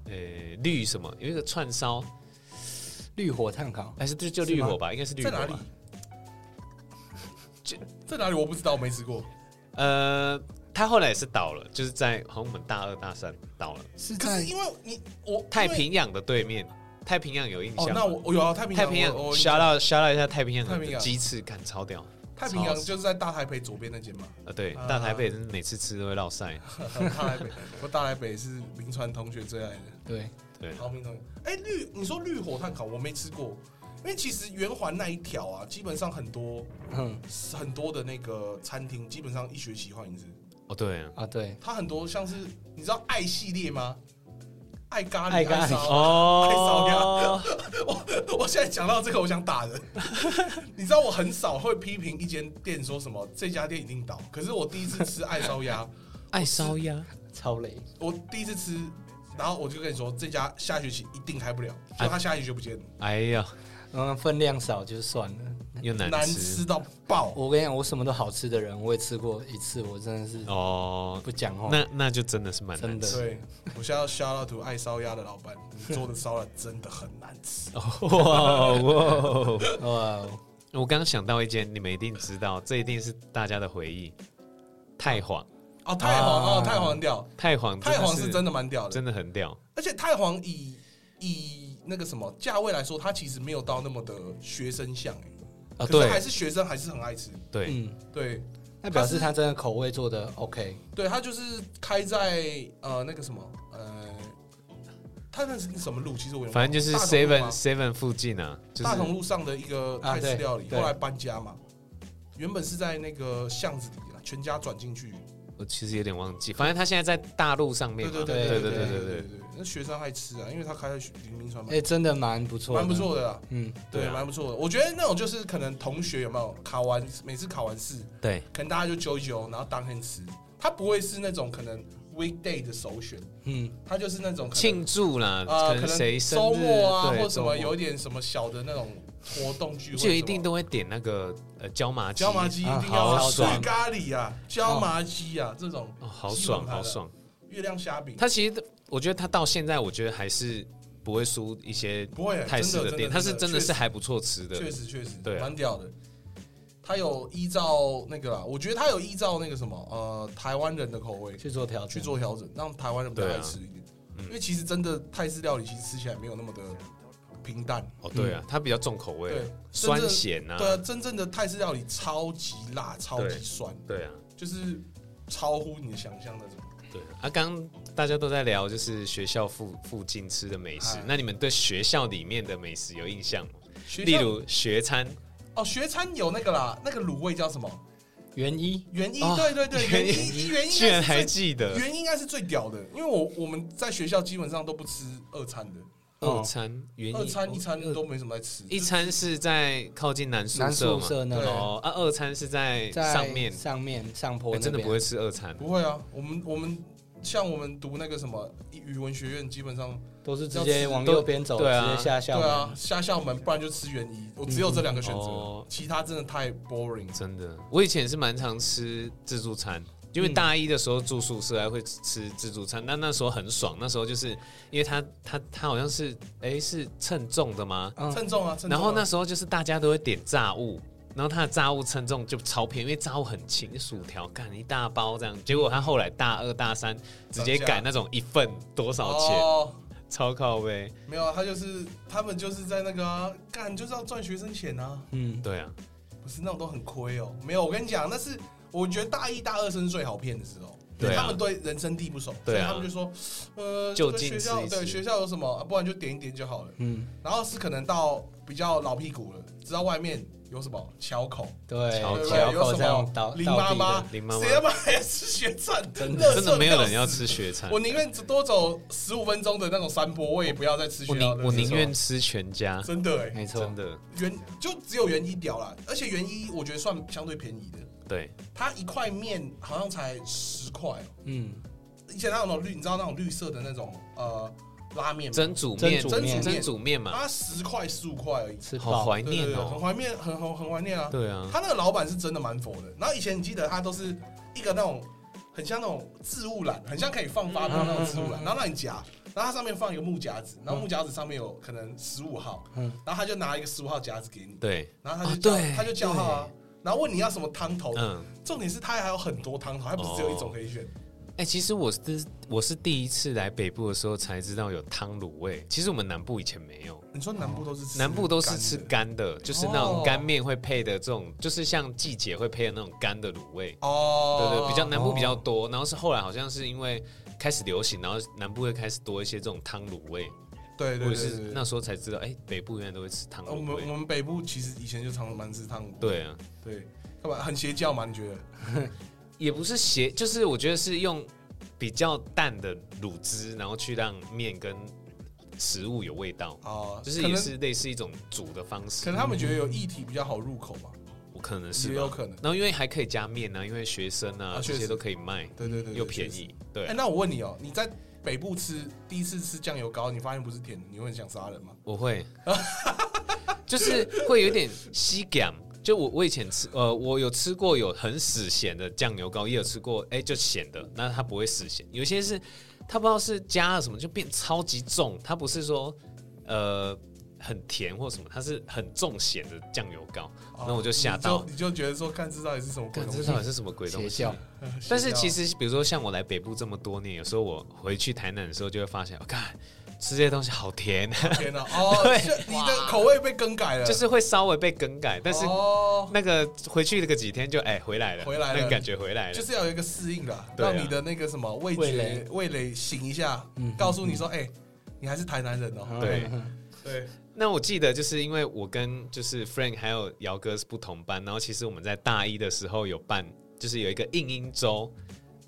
Speaker 1: 呃，绿什么？有一个串烧，
Speaker 3: 绿火炭烤，
Speaker 1: 还是就就是绿
Speaker 3: 吗
Speaker 1: 火吧，应该是绿
Speaker 2: 在
Speaker 1: 火
Speaker 2: 哪里
Speaker 1: 吧。？
Speaker 2: 这在哪里？我不知道，我没吃过。
Speaker 1: 呃，他后来也是倒了，就是在好像我们大二大三倒了，
Speaker 3: 是
Speaker 2: 可是
Speaker 3: 在
Speaker 2: 因为你我
Speaker 1: 太平洋的对面，太平洋有印
Speaker 2: 哦
Speaker 1: 象，吗？
Speaker 2: 那我我有啊太平
Speaker 1: 太
Speaker 2: 洋
Speaker 1: 平洋
Speaker 2: 我我
Speaker 1: ，shout out shout out 一下太平洋
Speaker 2: 太平
Speaker 1: 的
Speaker 2: 洋
Speaker 1: 鸡翅，感超屌。
Speaker 2: 太平洋就是在大台北左边那 间嘛，
Speaker 1: 呃，对，
Speaker 2: 啊
Speaker 1: 大台北真是每次吃都会落晒。
Speaker 2: 大台北，我大台北是林川同学最爱的。
Speaker 3: 对，
Speaker 1: 对
Speaker 2: 好平同源。哎、绿，你说绿火炭烤我没吃过，因为其实圆环那一条啊，基本上很多
Speaker 3: 嗯
Speaker 2: 很多的那个餐厅，基本上一学期换一次。
Speaker 1: 哦，对啊，
Speaker 3: 啊，对，
Speaker 2: 它很多像是你知道爱系列吗？爱咖喱，
Speaker 3: 爱咖喱哦
Speaker 2: 烧
Speaker 1: 哦，
Speaker 2: 我我现在讲到这个，我想打人。 你知道我很少会批评一间店说什么这家店一定倒，可是我第一次吃爱烧鸭，
Speaker 1: 爱烧鸭，
Speaker 3: 超雷，
Speaker 2: 我第一次吃，然后我就跟你说这家下学期一定开不了，
Speaker 1: 啊
Speaker 2: 所以他下学期就不见了，
Speaker 1: 哎呀，
Speaker 3: 嗯，分量少就算了。
Speaker 1: 又难
Speaker 2: 难
Speaker 1: 吃
Speaker 2: 吃到爆。
Speaker 3: 我跟你讲，我什么都好吃的人，我也吃过一次，我真的是
Speaker 1: 哦，
Speaker 3: 不讲话。
Speaker 1: 那那就真的是蛮难
Speaker 3: 真的
Speaker 1: 吃
Speaker 2: 对，我现在要 shout out to 爱烧鸭的老板，你做的烧鸭真的很难吃。
Speaker 1: 哦哇 哇！
Speaker 3: 哇哦，
Speaker 1: 我刚想到一间，你们一定知道，这一定是大家的回忆。太皇，
Speaker 2: 哦，太皇
Speaker 3: 啊
Speaker 2: 哦，太皇很屌，
Speaker 1: 太皇，
Speaker 2: 太皇
Speaker 1: 是
Speaker 2: 是真的蛮屌的，
Speaker 1: 嗯真的很屌。
Speaker 2: 而且太皇以以那个什么价位来说，它其实没有到那么的学生像哎、
Speaker 1: 啊
Speaker 2: 可是还
Speaker 1: 对
Speaker 2: 是学生还是很爱吃。
Speaker 1: 对，
Speaker 3: 嗯，
Speaker 2: 对
Speaker 3: 那表示他真的口味做的 OK。
Speaker 2: 对，它就是开在呃那个什么呃，它那是什么路？其实我也忘了
Speaker 1: 反正就是
Speaker 2: 嗯大同路
Speaker 1: Seven
Speaker 2: 吗
Speaker 1: Seven 附近啊，就是
Speaker 2: 大同路上的一个泰
Speaker 3: 啊
Speaker 2: 式
Speaker 3: 对
Speaker 2: 料理，
Speaker 3: 对
Speaker 2: 后来搬家嘛，原本是在那个巷子里啦，全家转进去。
Speaker 1: 我其实有点忘记，反正他现在在大路上面
Speaker 2: 对
Speaker 1: 嘛。
Speaker 2: 对对
Speaker 3: 对
Speaker 1: 对对
Speaker 2: 对对
Speaker 1: 对，
Speaker 2: 对，那学生爱吃啊，因为他开在黎明川嘛
Speaker 3: 哎、，真的蛮不错，
Speaker 2: 蛮不。错的啦。
Speaker 3: 嗯，
Speaker 1: 对
Speaker 2: 对，
Speaker 1: 啊
Speaker 2: 蛮不错的。我觉得那种就是可能同学有没有考完，每次考完试，
Speaker 1: 对
Speaker 2: 可能大家就揪一揪，然后当天吃。它不会是那种可能 weekday 的首选，
Speaker 3: 嗯，
Speaker 2: 它就是那种可能
Speaker 1: 庆祝啦，
Speaker 2: 呃
Speaker 1: 可能谁生
Speaker 2: 周
Speaker 1: 日
Speaker 2: 末啊，
Speaker 1: 对
Speaker 2: 或什
Speaker 1: 周
Speaker 2: 么
Speaker 1: 末
Speaker 2: 有一点什么小的那种活动聚会什
Speaker 1: 就
Speaker 2: 么，
Speaker 1: 一定都会点那个呃椒麻鸡，
Speaker 2: 椒麻鸡一定
Speaker 1: 啊
Speaker 2: 要
Speaker 1: 好
Speaker 2: 碎
Speaker 1: 爽
Speaker 2: 咖喱啊，椒麻鸡啊这种
Speaker 1: 哦，好
Speaker 2: 基本
Speaker 1: 爽
Speaker 2: 盘
Speaker 1: 好
Speaker 2: 的
Speaker 1: 爽。
Speaker 2: 月亮虾饼，
Speaker 1: 他其实我觉得他到现在，我觉得还是不会输一些
Speaker 2: 不会
Speaker 1: 泰式
Speaker 2: 真
Speaker 1: 店，他是真的
Speaker 2: 确实
Speaker 1: 是还不错吃的。
Speaker 2: 确实确实，
Speaker 1: 对啊
Speaker 2: 蛮屌的。他有依照那个啦，我觉得他有依照那个什么呃台湾人的口味
Speaker 3: 去做调整，
Speaker 2: 去做调整，让台湾人比较
Speaker 1: 对啊
Speaker 2: 爱吃一点。
Speaker 1: 嗯
Speaker 2: 因为其实真的泰式料理其实吃起来没有那么的平淡，
Speaker 1: 哦，对
Speaker 2: 嗯
Speaker 1: 啊，它比较重口味
Speaker 2: 对，
Speaker 1: 酸
Speaker 2: 真正
Speaker 1: 咸啊，
Speaker 2: 对啊，真正的泰式料理超级辣、超级酸，
Speaker 1: 对啊，
Speaker 2: 就是超乎你的想象那种。
Speaker 1: 对啊。啊，刚刚大家都在聊就是学校附附近吃的美食
Speaker 2: 哎，
Speaker 1: 那你们对学校里面的美食有印象吗？
Speaker 2: 学校
Speaker 1: 例如学餐，
Speaker 2: 哦，学餐有那个啦，那个卤味叫什么？
Speaker 3: 原一
Speaker 2: 原因
Speaker 1: 哦
Speaker 2: 对对对，
Speaker 1: 原
Speaker 2: 原
Speaker 1: 因
Speaker 2: 因原因
Speaker 1: 居然还
Speaker 2: 还
Speaker 1: 记得
Speaker 2: 原因应该是最屌的，因为我我们在学校基本上都不吃二餐的，
Speaker 1: 二餐，原因
Speaker 2: 二餐一餐都没什么在吃，
Speaker 1: 哦一餐是在靠近南宿
Speaker 3: 男
Speaker 1: 舍
Speaker 3: 宿
Speaker 1: 嘛，
Speaker 3: 舍那
Speaker 2: 对
Speaker 3: 种，
Speaker 1: 哦，啊，二餐是在
Speaker 3: 在
Speaker 1: 上面，
Speaker 3: 上面上坡
Speaker 1: 我
Speaker 3: 那边、
Speaker 1: 哎真的不会吃二餐，
Speaker 2: 不会啊，我们我们像我们读那个什么语文学院，基本上
Speaker 3: 都是直接往
Speaker 1: 都
Speaker 3: 右边走，
Speaker 1: 对啊
Speaker 3: 直接下校
Speaker 2: 对
Speaker 3: 门。
Speaker 2: 啊，下校门，不然就吃原一，我只有这两个选
Speaker 1: 嗯
Speaker 2: 择
Speaker 1: 哦，
Speaker 2: 其他真的太 boring。
Speaker 1: 真的，我以前是蛮常吃自助餐，因为大一的时候住宿舍还会吃自助餐，那那时候很爽。那时候就是因为它它它好像是哎、是称重的吗？
Speaker 3: 嗯
Speaker 2: 称重啊，称重啊
Speaker 1: 然后那时候就是大家都会点炸物，然后它的炸物称重就超便宜，因为炸物很轻，薯条干一大包这样。结果他后来大二大三直接
Speaker 2: 涨价
Speaker 1: 改那种一份多少钱，
Speaker 2: 哦
Speaker 1: 超靠呗。
Speaker 2: 没有啊，他就是他们就是在那个啊干、就是要赚学生钱啊，
Speaker 3: 嗯，
Speaker 1: 对啊，
Speaker 2: 不是那种都很亏哦。没有，我跟你讲，那是我觉得大一大二生最好骗的时候，
Speaker 1: 对啊
Speaker 2: 因为他们对人生地不熟，
Speaker 1: 对啊
Speaker 2: 所以他们就说，呃，
Speaker 1: 就
Speaker 2: 这个
Speaker 1: 近
Speaker 2: 学校
Speaker 1: 吃一
Speaker 2: 对
Speaker 1: 吃
Speaker 2: 学校有什么、啊，不然就点一点就好了。
Speaker 3: 嗯，
Speaker 2: 然后是可能到比较老屁股了，知道外面有什么桥口，
Speaker 3: 对，
Speaker 1: 哦桥
Speaker 2: 对
Speaker 1: 口
Speaker 2: 不对？
Speaker 3: 小
Speaker 2: 有
Speaker 3: 口
Speaker 2: 什
Speaker 3: 这样
Speaker 2: 么
Speaker 3: 倒
Speaker 2: 林
Speaker 3: 倒
Speaker 2: 妈
Speaker 3: 地
Speaker 2: 妈
Speaker 3: 的，，
Speaker 1: 林妈妈
Speaker 2: 谁他妈还吃学站？真
Speaker 1: 真的没有人要吃学餐
Speaker 2: 我。宁愿多走十五分钟的那种山坡，我也不要再吃学
Speaker 1: 我
Speaker 2: 校
Speaker 1: 宁
Speaker 2: 的。
Speaker 1: 我宁愿吃全家，
Speaker 2: 真的哎、
Speaker 3: 没错
Speaker 1: 真，的
Speaker 2: 原就只有原一屌啦，而且原一我觉得算相对便宜的，
Speaker 1: 对
Speaker 2: 它一块面好像才十块哦、
Speaker 3: 嗯，
Speaker 2: 以前那种绿，你知道那种绿色的那种呃拉面吗，
Speaker 1: 蒸煮面啊
Speaker 3: 蒸煮面
Speaker 1: 蒸煮面嘛，
Speaker 2: 它十块十五块而已，
Speaker 3: 吃
Speaker 1: 好
Speaker 3: 饱。
Speaker 1: 怀
Speaker 2: 对对
Speaker 1: 念
Speaker 2: 对，很
Speaker 1: 哦。
Speaker 2: 怀念，很很很怀念啊。
Speaker 1: 对啊，
Speaker 2: 他那个老板是真的蛮佛的，然后以前你记得他都是一个那种很像那种置物篮，很像可以放发票那种置物
Speaker 1: 嗯
Speaker 2: 篮，然后让你夹，然后它上面放一个木夹子，然后木夹子上面有可能十五号，
Speaker 3: 嗯
Speaker 2: 然后他就拿一个十五号夹子给你，
Speaker 1: 对，
Speaker 2: 然后他就
Speaker 1: 哦
Speaker 2: 叫、
Speaker 1: 对
Speaker 2: 他就叫号啊，然后问你要什么汤头，
Speaker 1: 嗯，
Speaker 2: 重点是他还有很多汤头，还不是只有一种可以选。
Speaker 1: 哎、其实我是我是第一次来北部的时候才知道有汤卤味，其实我们南部以前没有，
Speaker 2: 你说南部都是吃
Speaker 1: 南部都是
Speaker 2: 干的
Speaker 1: 吃干的，就是那
Speaker 2: 哦
Speaker 1: 种干面会配的这种，就是像季节会配的那种干的卤味。
Speaker 2: 哦，
Speaker 1: 对对，比较南部比较多，然后是后来好像是因为开始流行，然后南部会开始多一些这种汤卤味，
Speaker 2: 对
Speaker 1: 我
Speaker 2: 对
Speaker 1: 也
Speaker 2: 对
Speaker 1: 是
Speaker 2: 对对。哦
Speaker 1: 那时候才知道，哎、北部原来都会吃汤
Speaker 2: 我
Speaker 1: 萝
Speaker 2: 们我
Speaker 1: 龟。
Speaker 2: 们北部其实以前就常蛮吃汤
Speaker 1: 对啊，
Speaker 2: 对，干嘛很邪教嘛？你觉得？
Speaker 1: 也不是斜，就是我觉得是用比较淡的卤汁，然后去让面跟食物有味道，
Speaker 2: 哦，
Speaker 1: 就是
Speaker 2: 可
Speaker 1: 也
Speaker 2: 能
Speaker 1: 是类似一种煮的方式
Speaker 2: 可，能他们觉得有液体比较好入口吧，
Speaker 1: 我可能
Speaker 2: 也
Speaker 1: 嗯是啊
Speaker 2: 有
Speaker 1: 吧。
Speaker 2: 可能。
Speaker 1: 然后因为还可以加面啊，因为学生啊
Speaker 2: 啊确
Speaker 1: 这
Speaker 2: 实
Speaker 1: 些都可以卖，
Speaker 2: 对对对，对
Speaker 1: 又便。
Speaker 2: 确实
Speaker 1: 宜。对
Speaker 2: 哎，，那我问你哦，你在北部吃第一次吃酱油膏，你发现不是甜的，你会很想杀人吗？
Speaker 1: 我 会，就是会有点吸感。就我我以前吃，呃，我有吃过有很死咸的酱油膏，也有吃过，哎、就咸的，那它不会死咸。有些是它不知道是加了什么，就变超级重。它不是说呃很甜或什么，它是很重咸的酱油膏。
Speaker 2: 哦
Speaker 1: 那我就吓到
Speaker 2: 你就你就觉得说，看这到底是什么鬼
Speaker 1: 看
Speaker 2: 东
Speaker 1: 这
Speaker 2: 西？
Speaker 1: 到底是什么鬼东
Speaker 3: 邪
Speaker 1: 西？
Speaker 3: 教，
Speaker 1: 但是
Speaker 2: 邪教
Speaker 1: 其实，比如说像我来北部这么多年，有时候我回去台南的时候，就会发现，我、看吃这些东西好甜，
Speaker 2: 天哪，哦，
Speaker 1: 对啊
Speaker 2: 是 你的口味被更改了，
Speaker 1: 就是会稍微被更改，但是
Speaker 2: 哦，
Speaker 1: 那个回去那个几天就哎、回来了，
Speaker 2: 回来了
Speaker 1: 那个感觉回来了，
Speaker 2: 就是要有一个适应啦，
Speaker 1: 对啊
Speaker 2: 让你的那个什么味
Speaker 3: 味
Speaker 2: 觉
Speaker 3: 蕾
Speaker 2: 味蕾醒一下，告诉你说，哎，你还是台南人哦。
Speaker 1: 对。
Speaker 2: 对，
Speaker 1: 那我记得就是因为我跟就是 Frank 还有姚哥是不同班，然后其实我们在大一的时候有办，就是有一个应英周，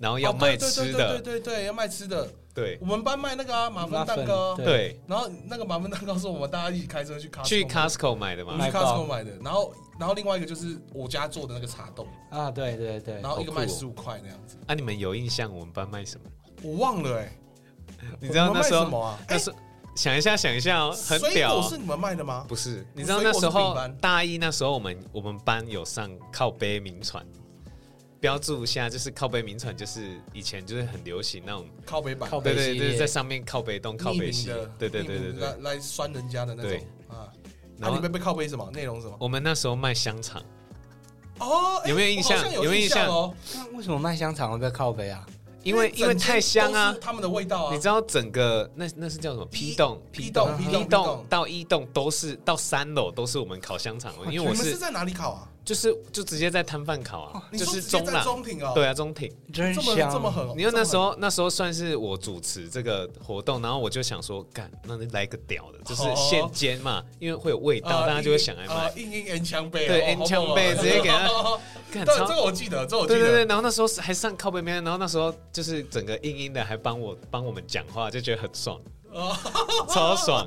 Speaker 1: 然后要
Speaker 2: 哦
Speaker 1: 卖
Speaker 2: 对
Speaker 1: 吃
Speaker 2: 对对对
Speaker 1: 的，
Speaker 2: 对对，要卖吃的。
Speaker 1: 对
Speaker 2: 我们班卖那个啊，马芬
Speaker 3: 马芬
Speaker 2: 蛋糕。
Speaker 3: 对
Speaker 1: 对，
Speaker 2: 然后那个马芬蛋糕是我们大家一起开车去 Costco 嗯
Speaker 1: 去
Speaker 2: 买
Speaker 1: Costco 买的
Speaker 2: 我
Speaker 1: 嘛
Speaker 2: 们，去
Speaker 3: 买爆
Speaker 2: Costco 买的。然后，然后另外一个就是我家做的那个茶冻，
Speaker 3: 啊，对对对
Speaker 2: 然，后一个
Speaker 1: 好酷哦
Speaker 2: 卖十五块那样子，
Speaker 1: 啊，你们有印象我们班卖什么？
Speaker 2: 我忘了哎。
Speaker 1: 你知道
Speaker 2: 我们
Speaker 1: 那
Speaker 2: 卖
Speaker 1: 时
Speaker 2: 什
Speaker 1: 候
Speaker 2: 么啊？
Speaker 1: 那时候想一下想一下哦，很
Speaker 2: 水
Speaker 1: 屌
Speaker 2: 果
Speaker 1: 哦
Speaker 2: 是，你们卖的吗？
Speaker 1: 不是？你
Speaker 2: 我
Speaker 1: 知道
Speaker 2: 水
Speaker 1: 那
Speaker 2: 果
Speaker 1: 时
Speaker 2: 是
Speaker 1: 候
Speaker 2: 饼干
Speaker 1: 大一那时候我们我们班有上靠背名传，标注一下，就是靠背名传，就是以前就是很流行那种，
Speaker 2: 靠北版，
Speaker 3: 靠
Speaker 1: 对
Speaker 3: 北
Speaker 1: 对
Speaker 3: 系
Speaker 1: 对，
Speaker 3: 列
Speaker 1: 在上面靠北东靠
Speaker 2: 匿
Speaker 1: 北
Speaker 2: 名
Speaker 1: 西
Speaker 2: 的，，
Speaker 1: 对对
Speaker 2: 匿
Speaker 1: 对对
Speaker 2: 名
Speaker 1: 对
Speaker 2: 来。来酸人家的那种啊。那
Speaker 1: 然后
Speaker 2: 你们被靠背什么？内容是什么？
Speaker 1: 我们那时候卖香肠，
Speaker 2: 哦，哎
Speaker 1: 有没有印象
Speaker 2: 我好像
Speaker 1: 有
Speaker 2: 有
Speaker 1: 没有印象
Speaker 2: 哦？
Speaker 3: 那为什么卖香肠会被靠背啊？
Speaker 1: 因为因为
Speaker 2: 整间
Speaker 1: 太香
Speaker 2: 都
Speaker 1: 啊
Speaker 2: 是，他们的味道啊。
Speaker 1: 你知道整个那那是叫什么
Speaker 2: P-
Speaker 1: P 栋
Speaker 2: P
Speaker 1: 栋
Speaker 2: 栋 P 栋
Speaker 1: P
Speaker 2: P 栋
Speaker 1: 栋到一栋都是到三楼都是我们烤香肠，因为我
Speaker 2: 你们是
Speaker 1: 是
Speaker 2: 在哪里烤啊？
Speaker 1: 就是就直接在摊贩烤啊，
Speaker 2: 哦你
Speaker 1: 就
Speaker 2: 说
Speaker 1: 是
Speaker 2: 直接
Speaker 1: 中
Speaker 2: 在
Speaker 1: 朗
Speaker 2: 中庭哦？
Speaker 1: 对啊中庭。
Speaker 3: 真
Speaker 2: 这么
Speaker 3: 香，
Speaker 2: 这么狠哦，
Speaker 1: 因为那时
Speaker 2: 这么
Speaker 1: 候那时候算是我主持这个活动，然后我就想说，干，那你来个屌的，
Speaker 2: 哦
Speaker 1: 就是现煎嘛，因为会有味
Speaker 2: 狠
Speaker 1: 道，大家就会想哎来
Speaker 2: 呃
Speaker 1: 买。
Speaker 2: 硬硬 N 枪杯啊，
Speaker 1: 对
Speaker 2: 哦
Speaker 1: N
Speaker 2: 好猛哦
Speaker 1: 枪杯直接给他干
Speaker 2: 对，这
Speaker 1: 超
Speaker 2: 个我记得，这个我记
Speaker 1: 对对对，
Speaker 2: 得。
Speaker 1: 然后那时候是还上靠背面，然后那时候就是整个硬硬的，还帮我帮我们讲话，就觉得很爽，
Speaker 2: 哦
Speaker 1: 超爽，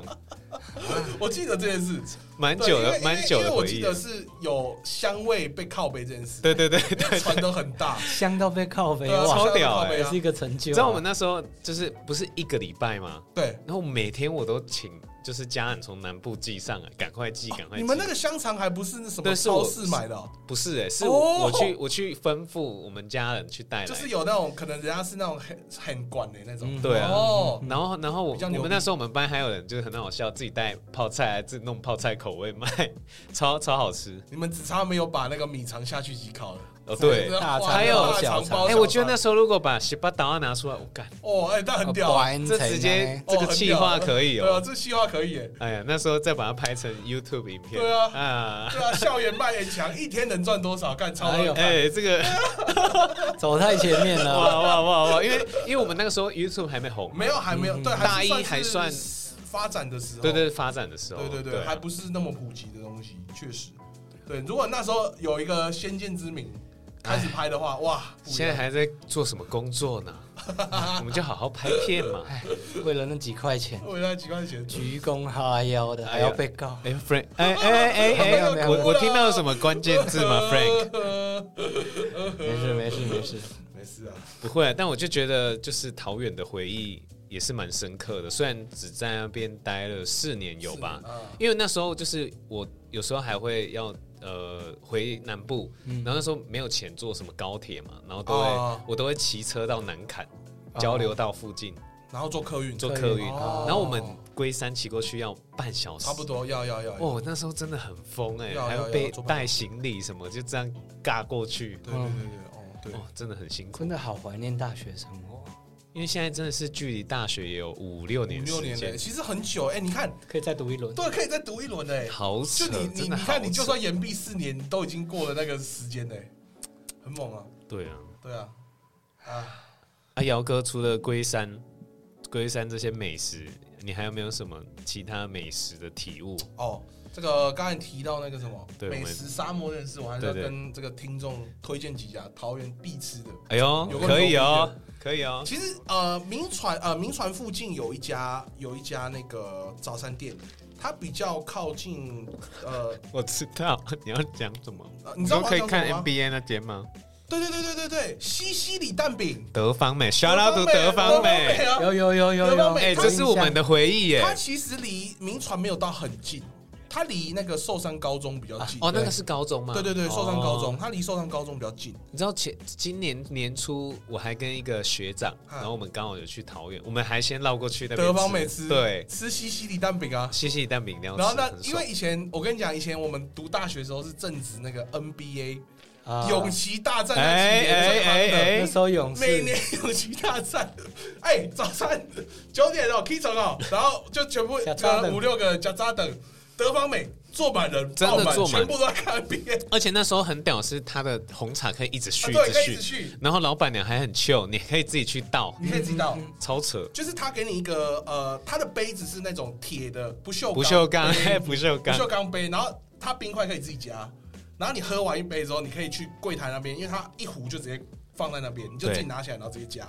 Speaker 2: 我记得这件事，
Speaker 1: 蛮
Speaker 2: 对
Speaker 1: 久
Speaker 2: 因为
Speaker 1: 的
Speaker 2: 因为
Speaker 1: 蛮久
Speaker 2: 因
Speaker 1: 的
Speaker 2: 为我
Speaker 1: 回
Speaker 2: 记
Speaker 1: 忆
Speaker 2: 得。是有啊香味被靠背这件事，
Speaker 1: 对对对对，
Speaker 2: 传得很大，
Speaker 3: 香到被靠背，
Speaker 2: 对啊，
Speaker 3: 哇，
Speaker 1: 超屌欸
Speaker 2: 香味被靠背
Speaker 3: 也
Speaker 2: 啊
Speaker 3: 是一个成就啊。
Speaker 1: 你知道我们那时候就是不是一个礼拜嘛，
Speaker 2: 对，
Speaker 1: 然后每天我都请就是家人从南部寄上来，赶快寄，赶快寄。
Speaker 2: 你们那个香肠还不是那什么
Speaker 1: 对是我
Speaker 2: 超市买的哦，
Speaker 1: 不是哎、是我
Speaker 2: 哦
Speaker 1: 我去我去吩咐我们家人去带来，
Speaker 2: 就是有那种可能人家是那种很很管的那种，
Speaker 3: 嗯
Speaker 1: 对啊
Speaker 2: 哦，
Speaker 1: 然后，然后我
Speaker 2: 比较
Speaker 1: 我
Speaker 2: 牛
Speaker 1: 们
Speaker 2: 逼
Speaker 1: 那时候我们班还有人就是很好笑，自己带泡菜啊来自己弄泡菜口味卖， 超超好吃。
Speaker 2: 你们只差没有把那个米肠下去即烤了，
Speaker 1: 哦，对，
Speaker 3: 大肠
Speaker 2: 还有
Speaker 1: 包
Speaker 3: 小肠
Speaker 1: 哎、我觉得那时候如果把西巴达奥拿出来，我干，
Speaker 2: 哦，哎，那很屌
Speaker 3: 啊
Speaker 2: 啊，
Speaker 3: 白
Speaker 1: 这
Speaker 3: 菜
Speaker 1: 直接
Speaker 3: 呢
Speaker 1: 这
Speaker 2: 哦
Speaker 1: 个
Speaker 2: 很
Speaker 1: 气
Speaker 2: 屌
Speaker 1: 话可以
Speaker 2: 对啊，
Speaker 1: 哦。
Speaker 2: 这细化可以耶，
Speaker 1: 哎呀，那时候再把它拍成 YouTube 影片，
Speaker 2: 对啊
Speaker 1: 啊，
Speaker 2: 对啊，校园卖人强，一天能赚多少？干超
Speaker 3: 哎呦
Speaker 1: 哎、这 个
Speaker 3: 走太前面
Speaker 1: 哇
Speaker 3: 了，
Speaker 1: 哇哇哇，因为因为我们那个时候 YouTube 还没红，
Speaker 2: 没有，还没有，
Speaker 1: 嗯
Speaker 2: 对，还是
Speaker 1: 大一
Speaker 2: 是
Speaker 1: 还算
Speaker 2: 发展的时候，
Speaker 1: 对对，发展的时候，
Speaker 2: 对对对，
Speaker 1: 对啊啊
Speaker 2: 还不是那么普及的东西，确实。对，如果那时候有一个先见之明开始拍的话，哇，不一样
Speaker 1: 哎现在还在做什么工作呢？ 我们就好好拍片 嘛。
Speaker 3: 为了那几块钱，
Speaker 2: 我那几块钱，
Speaker 3: 鞠躬哈腰的还要被告，
Speaker 1: 哎，Frank，哎哎哎
Speaker 3: 没
Speaker 1: 哎
Speaker 3: 有没，有
Speaker 1: 我我听到有什么关键字吗？Frank，
Speaker 3: 没事没事没事，
Speaker 2: 没事啊，
Speaker 1: 不会，但我就觉得就是桃园的回忆也是蛮深刻的，虽然只在那边待了四年有吧
Speaker 2: 是，啊
Speaker 1: 因为那时候就是我有时候还会要呃回南部，然后那时候没有钱坐什么高铁嘛，然后都
Speaker 2: 哦
Speaker 1: 会我都会骑车到南坎交流道附近
Speaker 2: 然后做客运，
Speaker 1: 坐客运，
Speaker 2: 哦
Speaker 1: 然后我们龟山骑过去要半小时
Speaker 2: 差，不多要要要，
Speaker 1: 哦，那时候真的很疯哎、
Speaker 2: 哎要
Speaker 1: 还
Speaker 2: 要
Speaker 1: 要被
Speaker 2: 要做
Speaker 1: 带行李什么，就这样尬过去，
Speaker 2: 对对对对，哦对，
Speaker 1: 哦，真的很辛苦
Speaker 3: 真。的好怀念大学生活，
Speaker 1: 因为现在真的是距离大学也有五六年
Speaker 2: 五六
Speaker 1: 时
Speaker 2: 年嘞，
Speaker 1: 间，
Speaker 2: 其实很久哎，你看，
Speaker 3: 可以再读一轮。
Speaker 2: 对，可以再读一轮哎，
Speaker 1: 好
Speaker 2: 就
Speaker 1: 扯，
Speaker 2: 你你
Speaker 1: 真
Speaker 2: 你
Speaker 1: 的好
Speaker 2: 看，
Speaker 1: 扯。
Speaker 2: 你就算延毕四年，都已经过了那个时间嘞，很猛啊，
Speaker 1: 对啊，
Speaker 2: 对啊，啊，
Speaker 1: 啊，姚哥除了龟山、龟山这些美食，你还有没有什么其他美食的体悟？
Speaker 2: 哦，这个刚才提到那个什么
Speaker 1: 对我们
Speaker 2: 美食沙漠认识，我还是要
Speaker 1: 对对
Speaker 2: 跟这个听众推荐几家桃园必吃的。
Speaker 1: 哎呦
Speaker 2: 有，个
Speaker 1: 可以哦，可以哦。
Speaker 2: 其实呃，民传呃民传附近有一家有一家那个早餐店，它比较靠近呃
Speaker 1: 我知道你要讲什么，
Speaker 2: 呃，你
Speaker 1: 你
Speaker 2: 知道
Speaker 1: 说
Speaker 2: 我要
Speaker 1: 可以
Speaker 2: 讲
Speaker 1: 看
Speaker 2: 什么吗
Speaker 1: NBA 那间吗？
Speaker 2: 对对对对对对，西西里蛋饼，
Speaker 1: 德方美，shout out to 德方
Speaker 2: 美
Speaker 1: 美，
Speaker 2: 啊，
Speaker 3: 有有有有
Speaker 2: 有
Speaker 3: 有，
Speaker 1: 哎，
Speaker 2: 美
Speaker 1: 这是我们的回忆耶
Speaker 2: 它。其实离民传没有到很近，它离那个寿山高中比较近。
Speaker 1: 哦，那个是高中吗？
Speaker 2: 对对对，寿山高中，
Speaker 1: 哦
Speaker 2: 它离寿山高中比较近。
Speaker 1: 你知道前今年年初，我还跟一个学长，
Speaker 2: 嗯
Speaker 1: 然后我们刚好有去桃园，我们还先绕过去那边
Speaker 2: 德邦美吃，
Speaker 1: 对，
Speaker 2: 吃西西里蛋饼啊。
Speaker 1: 西西里蛋饼一定要吃。
Speaker 2: 然后那
Speaker 1: 很
Speaker 2: 因
Speaker 1: 爽
Speaker 2: 为以前我跟你讲，以前我们读大学的时候是正值那个 NBA
Speaker 3: 啊
Speaker 2: 永琪大战那
Speaker 1: 哎
Speaker 2: 几年最夯
Speaker 1: 哎
Speaker 2: 的，
Speaker 1: 哎
Speaker 3: 那时候勇
Speaker 2: 每
Speaker 3: 士
Speaker 2: 年永琪大战， 哎，早餐九点哦，起床哦，然后就全部
Speaker 3: 假扎
Speaker 2: 呃
Speaker 3: 等
Speaker 2: 五六个夹扎等，德邦美坐满人，
Speaker 1: 真的
Speaker 2: 爆满
Speaker 1: 坐满
Speaker 2: 全部都在 看 NBA，
Speaker 1: 而且那时候很屌，是他的红茶可以一直
Speaker 2: 啊
Speaker 1: 续，
Speaker 2: 对，可以
Speaker 1: 续
Speaker 2: 一直，嗯去，
Speaker 1: 然后老板娘还很 chill，你可以自己去倒，
Speaker 2: 你可以知道。
Speaker 1: 超扯。
Speaker 2: 就是他给你一个呃，他的杯子是那种铁的不锈
Speaker 1: 不锈钢，
Speaker 2: 杯
Speaker 1: 嘿， 不锈
Speaker 2: 不
Speaker 1: 钢，
Speaker 2: 锈钢杯，然后它冰块可以自己加，然后你喝完一杯之后，你可以去柜台那边，因为它一壶就直接放在那边，你就
Speaker 1: 对
Speaker 2: 自己拿起来，然后直接加，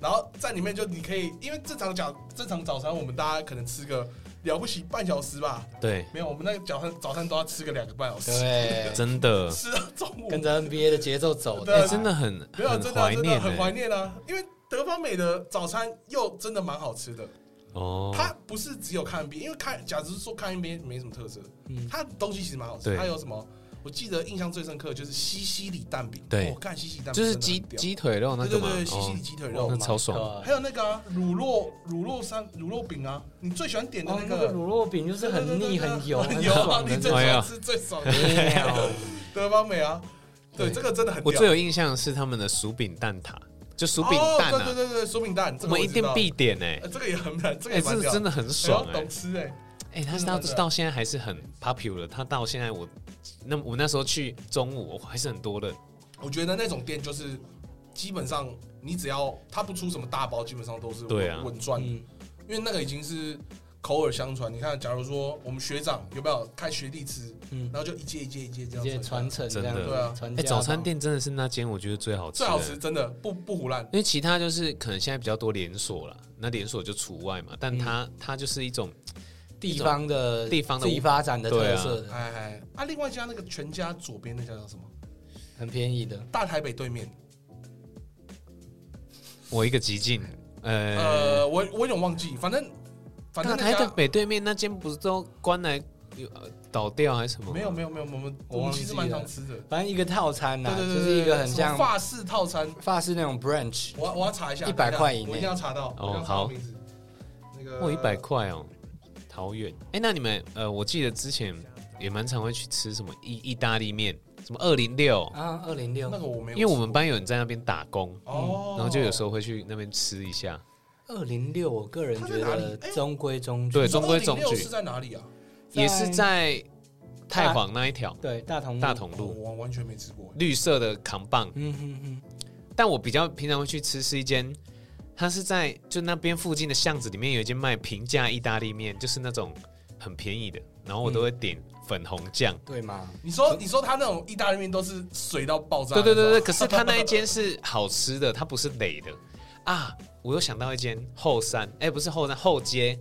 Speaker 2: 然后在里面就你可以，因为正常讲正常早餐我们大家可能吃个了不起半小时吧，
Speaker 1: 对，
Speaker 2: 没有，我们那个早餐早餐都要吃个两个半小时，
Speaker 3: 对，
Speaker 1: 真的，
Speaker 2: 吃到中午，
Speaker 3: 跟着 NBA 的节奏走
Speaker 2: 对
Speaker 1: 哎
Speaker 3: 的，
Speaker 1: 真的很
Speaker 2: 啊没有真
Speaker 1: 很
Speaker 2: 的
Speaker 1: 怀
Speaker 2: 真的
Speaker 1: 念
Speaker 2: 很怀
Speaker 1: 欸，
Speaker 2: 念啊，因为德方美的早餐又真的蛮好吃的。
Speaker 1: 哦，
Speaker 2: 它不是只有看 NBA，因为看，假如说看 NBA 没什么特色，
Speaker 3: 嗯
Speaker 2: 它的东西其实蛮好吃。
Speaker 1: 对
Speaker 2: 它有什么？我记得印象最深刻的就是西西里蛋饼，
Speaker 1: 对
Speaker 2: 我看西西里蛋饼
Speaker 1: 就是
Speaker 2: 真的
Speaker 1: 鸡
Speaker 2: 很屌
Speaker 1: 鸡腿肉那
Speaker 2: 对
Speaker 1: 个
Speaker 2: 对
Speaker 1: 嘛，
Speaker 2: 对，西西
Speaker 1: 哦
Speaker 2: 里鸡腿肉
Speaker 1: 那，超爽
Speaker 3: Oh my god
Speaker 2: 还有那个啊乳酪乳酪三乳酪饼啊，你最喜欢点的
Speaker 3: 哦，
Speaker 2: 那
Speaker 3: 那个
Speaker 2: 个
Speaker 3: 乳酪饼就是很
Speaker 2: 对对对
Speaker 3: 腻、
Speaker 2: 对
Speaker 3: 很油、
Speaker 2: 很
Speaker 3: 很
Speaker 2: 油啊
Speaker 3: 爽，
Speaker 2: 你
Speaker 3: 的
Speaker 2: 最
Speaker 3: 那
Speaker 2: 喜
Speaker 1: 哎
Speaker 2: 欢
Speaker 1: 呀
Speaker 2: 吃最爽的
Speaker 3: 种。
Speaker 2: 德邦美啊，对，
Speaker 3: 对
Speaker 2: 这个真的很
Speaker 1: 我
Speaker 2: 屌。
Speaker 1: 最有印象的是他们的薯饼蛋挞，就薯饼蛋
Speaker 2: 哦对
Speaker 1: 啊，
Speaker 2: 对对对，薯饼蛋，这
Speaker 1: 我
Speaker 2: 个
Speaker 1: 们一
Speaker 2: 知
Speaker 1: 定
Speaker 2: 道
Speaker 1: 必点哎
Speaker 2: 呃，这个也很这个
Speaker 1: 哎，
Speaker 2: 也蛮
Speaker 1: 这
Speaker 2: 屌，
Speaker 1: 真的很
Speaker 2: 哎呦
Speaker 1: 爽哎
Speaker 2: 懂，吃哎，
Speaker 1: 哎，他
Speaker 2: 真的
Speaker 1: 到
Speaker 2: 真的
Speaker 1: 到现在还是很 popular，他到现在我那我那时候去中午我还是很多人，
Speaker 2: 我觉得那种店就是基本上你只要它不出什么大包，基本上都是
Speaker 1: 对啊
Speaker 2: 稳稳赚的，
Speaker 3: 嗯，
Speaker 2: 因为那个已经是口耳相传。你看，假如说我们学长有没有开学弟吃，
Speaker 3: 嗯
Speaker 2: 然，后就一届一届一届这
Speaker 3: 直
Speaker 2: 样
Speaker 3: 接
Speaker 2: 子
Speaker 3: 传承这样
Speaker 1: 真
Speaker 2: 的对啊
Speaker 3: 子，传
Speaker 1: 哎，
Speaker 3: 家
Speaker 1: 早餐
Speaker 3: 宝
Speaker 1: 店真的是那间我觉得最好吃，
Speaker 2: 最好吃，。真的不不胡乱。
Speaker 1: 因为其他就是可能现在比较多连锁了，那连锁就除外嘛，
Speaker 2: 嗯
Speaker 1: 但它、它就是一种
Speaker 3: 地方的
Speaker 1: 地方的
Speaker 3: 自己发展的特色的，
Speaker 2: 哎哎，啊，另外一家那个全家左边那家叫什么？
Speaker 3: 很便宜的。
Speaker 2: 大台北对面，
Speaker 1: 我一个极尽，呃，
Speaker 2: 呃，我我有点忘记，反正反
Speaker 1: 大
Speaker 2: 正
Speaker 1: 台
Speaker 2: 那
Speaker 1: 的
Speaker 2: 家
Speaker 1: 北对面那间不是都关来、呃倒掉还是什么？
Speaker 2: 没有没有没有，我们我
Speaker 3: 我
Speaker 2: 们
Speaker 3: 忘
Speaker 2: 其实
Speaker 3: 记
Speaker 2: 蛮
Speaker 3: 了
Speaker 2: 常吃的，
Speaker 3: 反正一个套餐呐，
Speaker 2: 对对
Speaker 3: 就
Speaker 2: 对对，
Speaker 3: 是一个很
Speaker 2: 什么
Speaker 3: 像
Speaker 2: 法式套餐，
Speaker 3: 法式那种 branch，
Speaker 2: 我要我要查一下，
Speaker 3: 100块以内
Speaker 2: 我一定要查到。
Speaker 1: 哦
Speaker 2: 我一定要查到名字，那个
Speaker 1: 哦，一百块哦，桃园。哎、那你们呃，我记得之前也蛮常会去吃什么意意大利面，什么二零六，
Speaker 3: 啊，二零六
Speaker 2: 那，个我没有吃过，
Speaker 1: 哦因为我们班有人在那边打工，
Speaker 2: 哦，
Speaker 1: 然后就有时候会去那边吃一下。
Speaker 3: 二零六，我个人觉
Speaker 2: 它在哪里
Speaker 3: 得
Speaker 2: 哎
Speaker 3: 中规中矩。
Speaker 1: 对中规中矩
Speaker 2: 206是在哪里啊？
Speaker 1: 也是在太皇那一条
Speaker 3: 对大同路
Speaker 1: 大，同
Speaker 2: 哦
Speaker 1: 路，
Speaker 2: 我完全没吃过。
Speaker 1: 绿色的扛棒。
Speaker 3: 嗯哼哼，
Speaker 1: 但我比较平常会去吃是一间，它是在就那边附近的巷子里面有一间卖平价意大利面，就是那种很便宜的，然后我
Speaker 2: 嗯
Speaker 1: 都会点粉红酱。
Speaker 3: 对嘛？
Speaker 2: 你说你说他那种意大利面都是水到爆炸
Speaker 1: 对嗯
Speaker 2: 那
Speaker 1: 对
Speaker 2: 种，
Speaker 1: 对对，可是它那一间是好吃的，它不是累的啊！我又想到一间后山，哎、不是后山后街